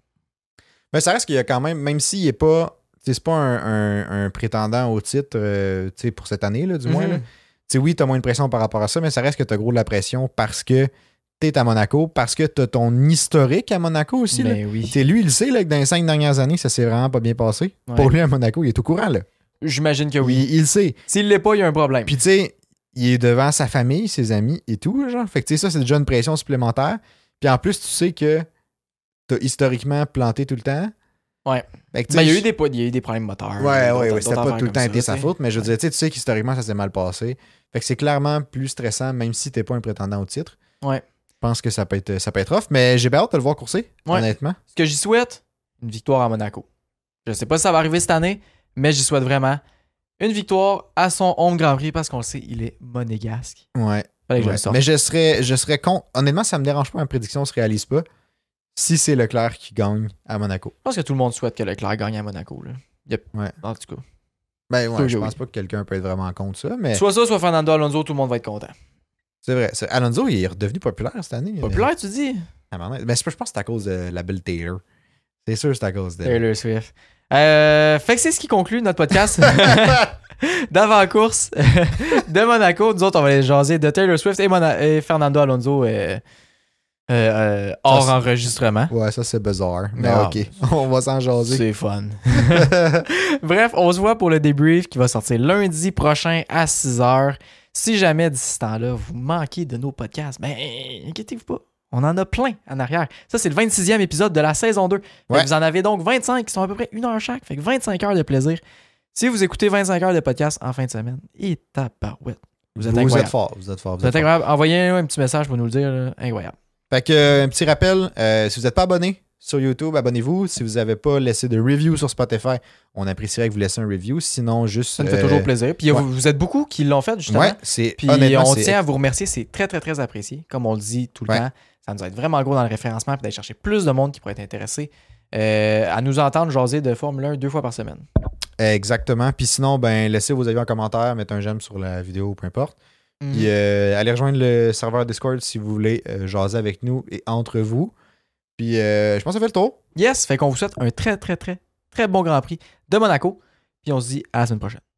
S2: Mais ça reste qu'il y a quand même, même s'il n'est pas, tu sais, c'est pas un, un- un prétendant au titre, euh, tu sais, pour cette année, là, du
S1: Mm-hmm.
S2: moins.
S1: Mhm.
S2: là. Tu sais, oui, tu as moins de pression par rapport à ça, mais ça reste que tu as gros de la pression parce que tu es à Monaco, parce que tu as ton historique à Monaco aussi. là.
S1: Mais
S2: Tu
S1: oui.
S2: sais, lui, il sait là, que dans les cinq dernières années, ça s'est vraiment pas bien passé.
S1: Ouais.
S2: Pour lui, à Monaco, il est au courant. Là.
S1: J'imagine que oui.
S2: Il, il le sait.
S1: S'il l'est pas, il y a un problème.
S2: Puis, tu sais, il est devant sa famille, ses amis et tout. Genre. Fait que, tu sais, ça, c'est déjà une pression supplémentaire. Puis, en plus, tu sais que tu as historiquement planté tout le temps.
S1: Ouais.
S2: Fait que, tu
S1: Ben,
S2: sais,
S1: il, y a
S2: je-
S1: eu des, po- il y a eu des problèmes moteurs.
S2: Ouais,
S1: d'autres-
S2: ouais, ouais.
S1: d'autres
S2: C'était pas
S1: affaires
S2: tout le
S1: comme
S2: temps
S1: ça,
S2: été sa
S1: tu sais.
S2: faute, mais je veux dire, tu sais, tu sais qu'historiquement, ça s'est mal passé. Fait que c'est clairement plus stressant, même si t'es pas un prétendant au titre.
S1: Ouais.
S2: Je pense que ça peut être, ça peut être off, mais j'ai bien hâte de le voir courser,
S1: Ouais.
S2: honnêtement.
S1: Ce que j'y souhaite, une victoire à Monaco. Je sais pas si ça va arriver cette année, mais j'y souhaite vraiment une victoire à son home Grand Prix parce qu'on le sait, il est monégasque.
S2: Ouais.
S1: Fallait que je
S2: Ouais.
S1: le sorte.
S2: Mais je serais, je serais con. Honnêtement, ça me dérange pas, ma prédiction se réalise pas. Si c'est Leclerc qui gagne à Monaco.
S1: Je pense que tout le monde souhaite que Leclerc gagne à Monaco. Là. Yep.
S2: Ouais.
S1: En tout cas.
S2: Ben
S1: Sûr
S2: ouais,
S1: que
S2: je
S1: oui.
S2: pense pas que quelqu'un peut être vraiment contre ça, mais
S1: Soit ça, soit Fernando Alonso, tout le monde va être content.
S2: c'est vrai. c'est- Alonso, il est redevenu populaire cette année.
S1: Populaire, tu dis
S2: Ah, ben, Mais c'est- je pense que c'est à cause de la Bill Taylor. C'est sûr, que c'est à cause de.
S1: Taylor Swift. Euh, fait que c'est ce qui conclut notre podcast d'avant-course de Monaco. Nous autres, on va aller jaser de Taylor Swift et, Mona- et Fernando Alonso euh, euh, euh, hors
S2: c'est-
S1: enregistrement.
S2: Ouais, ça c'est bizarre. Mais
S1: Non.
S2: ok, *laughs* on va s'en jaser.
S1: C'est *laughs* fun. Bref, on se voit pour le débrief qui va sortir lundi prochain à 6h. Si jamais d'ici ce temps-là, vous manquez de nos podcasts, ben inquiétez-vous pas. On en a plein en arrière. Ça, c'est le 26e épisode de la saison 2. Fait que
S2: Ouais.
S1: Vous en avez donc 25 qui sont à peu près une heure chaque. Fait que 25 heures de plaisir. Si vous écoutez 25 heures de podcast en fin de semaine, et tabarouette. Vous êtes incroyable.
S2: fort, vous êtes fort, vous
S1: Vous
S2: êtes
S1: êtes
S2: fort.
S1: incroyable. Envoyez un petit message pour nous le dire. là. Incroyable.
S2: Fait que euh, un petit rappel, euh, si vous n'êtes pas abonné sur YouTube, abonnez-vous. Si vous n'avez pas laissé de review sur Spotify, on apprécierait que vous laissiez un review. Sinon, juste.
S1: Ça nous fait
S2: euh,
S1: toujours plaisir. Puis
S2: ouais.
S1: vous, vous êtes beaucoup qui l'ont fait, justement.
S2: Ouais, c'est
S1: Puis
S2: honnêtement,
S1: on
S2: c'est-
S1: tient à vous remercier, c'est très très très apprécié. Comme on le dit tout le
S2: Ouais.
S1: temps, ça nous aide vraiment gros dans le référencement puis d'aller chercher plus de monde qui pourrait être intéressé euh, à nous entendre jaser de Formule 1 deux fois par semaine.
S2: Exactement. Puis sinon, ben laissez vos avis en commentaire, mettez un j'aime sur la vidéo, peu importe.
S1: Mhm.
S2: Puis euh, allez rejoindre le serveur Discord si vous voulez euh, jaser avec nous et entre vous. Puis euh, je pense que ça fait le tour.
S1: Yes, fait qu'on vous souhaite un très très très très bon Grand Prix de Monaco. Puis on se dit à la semaine prochaine.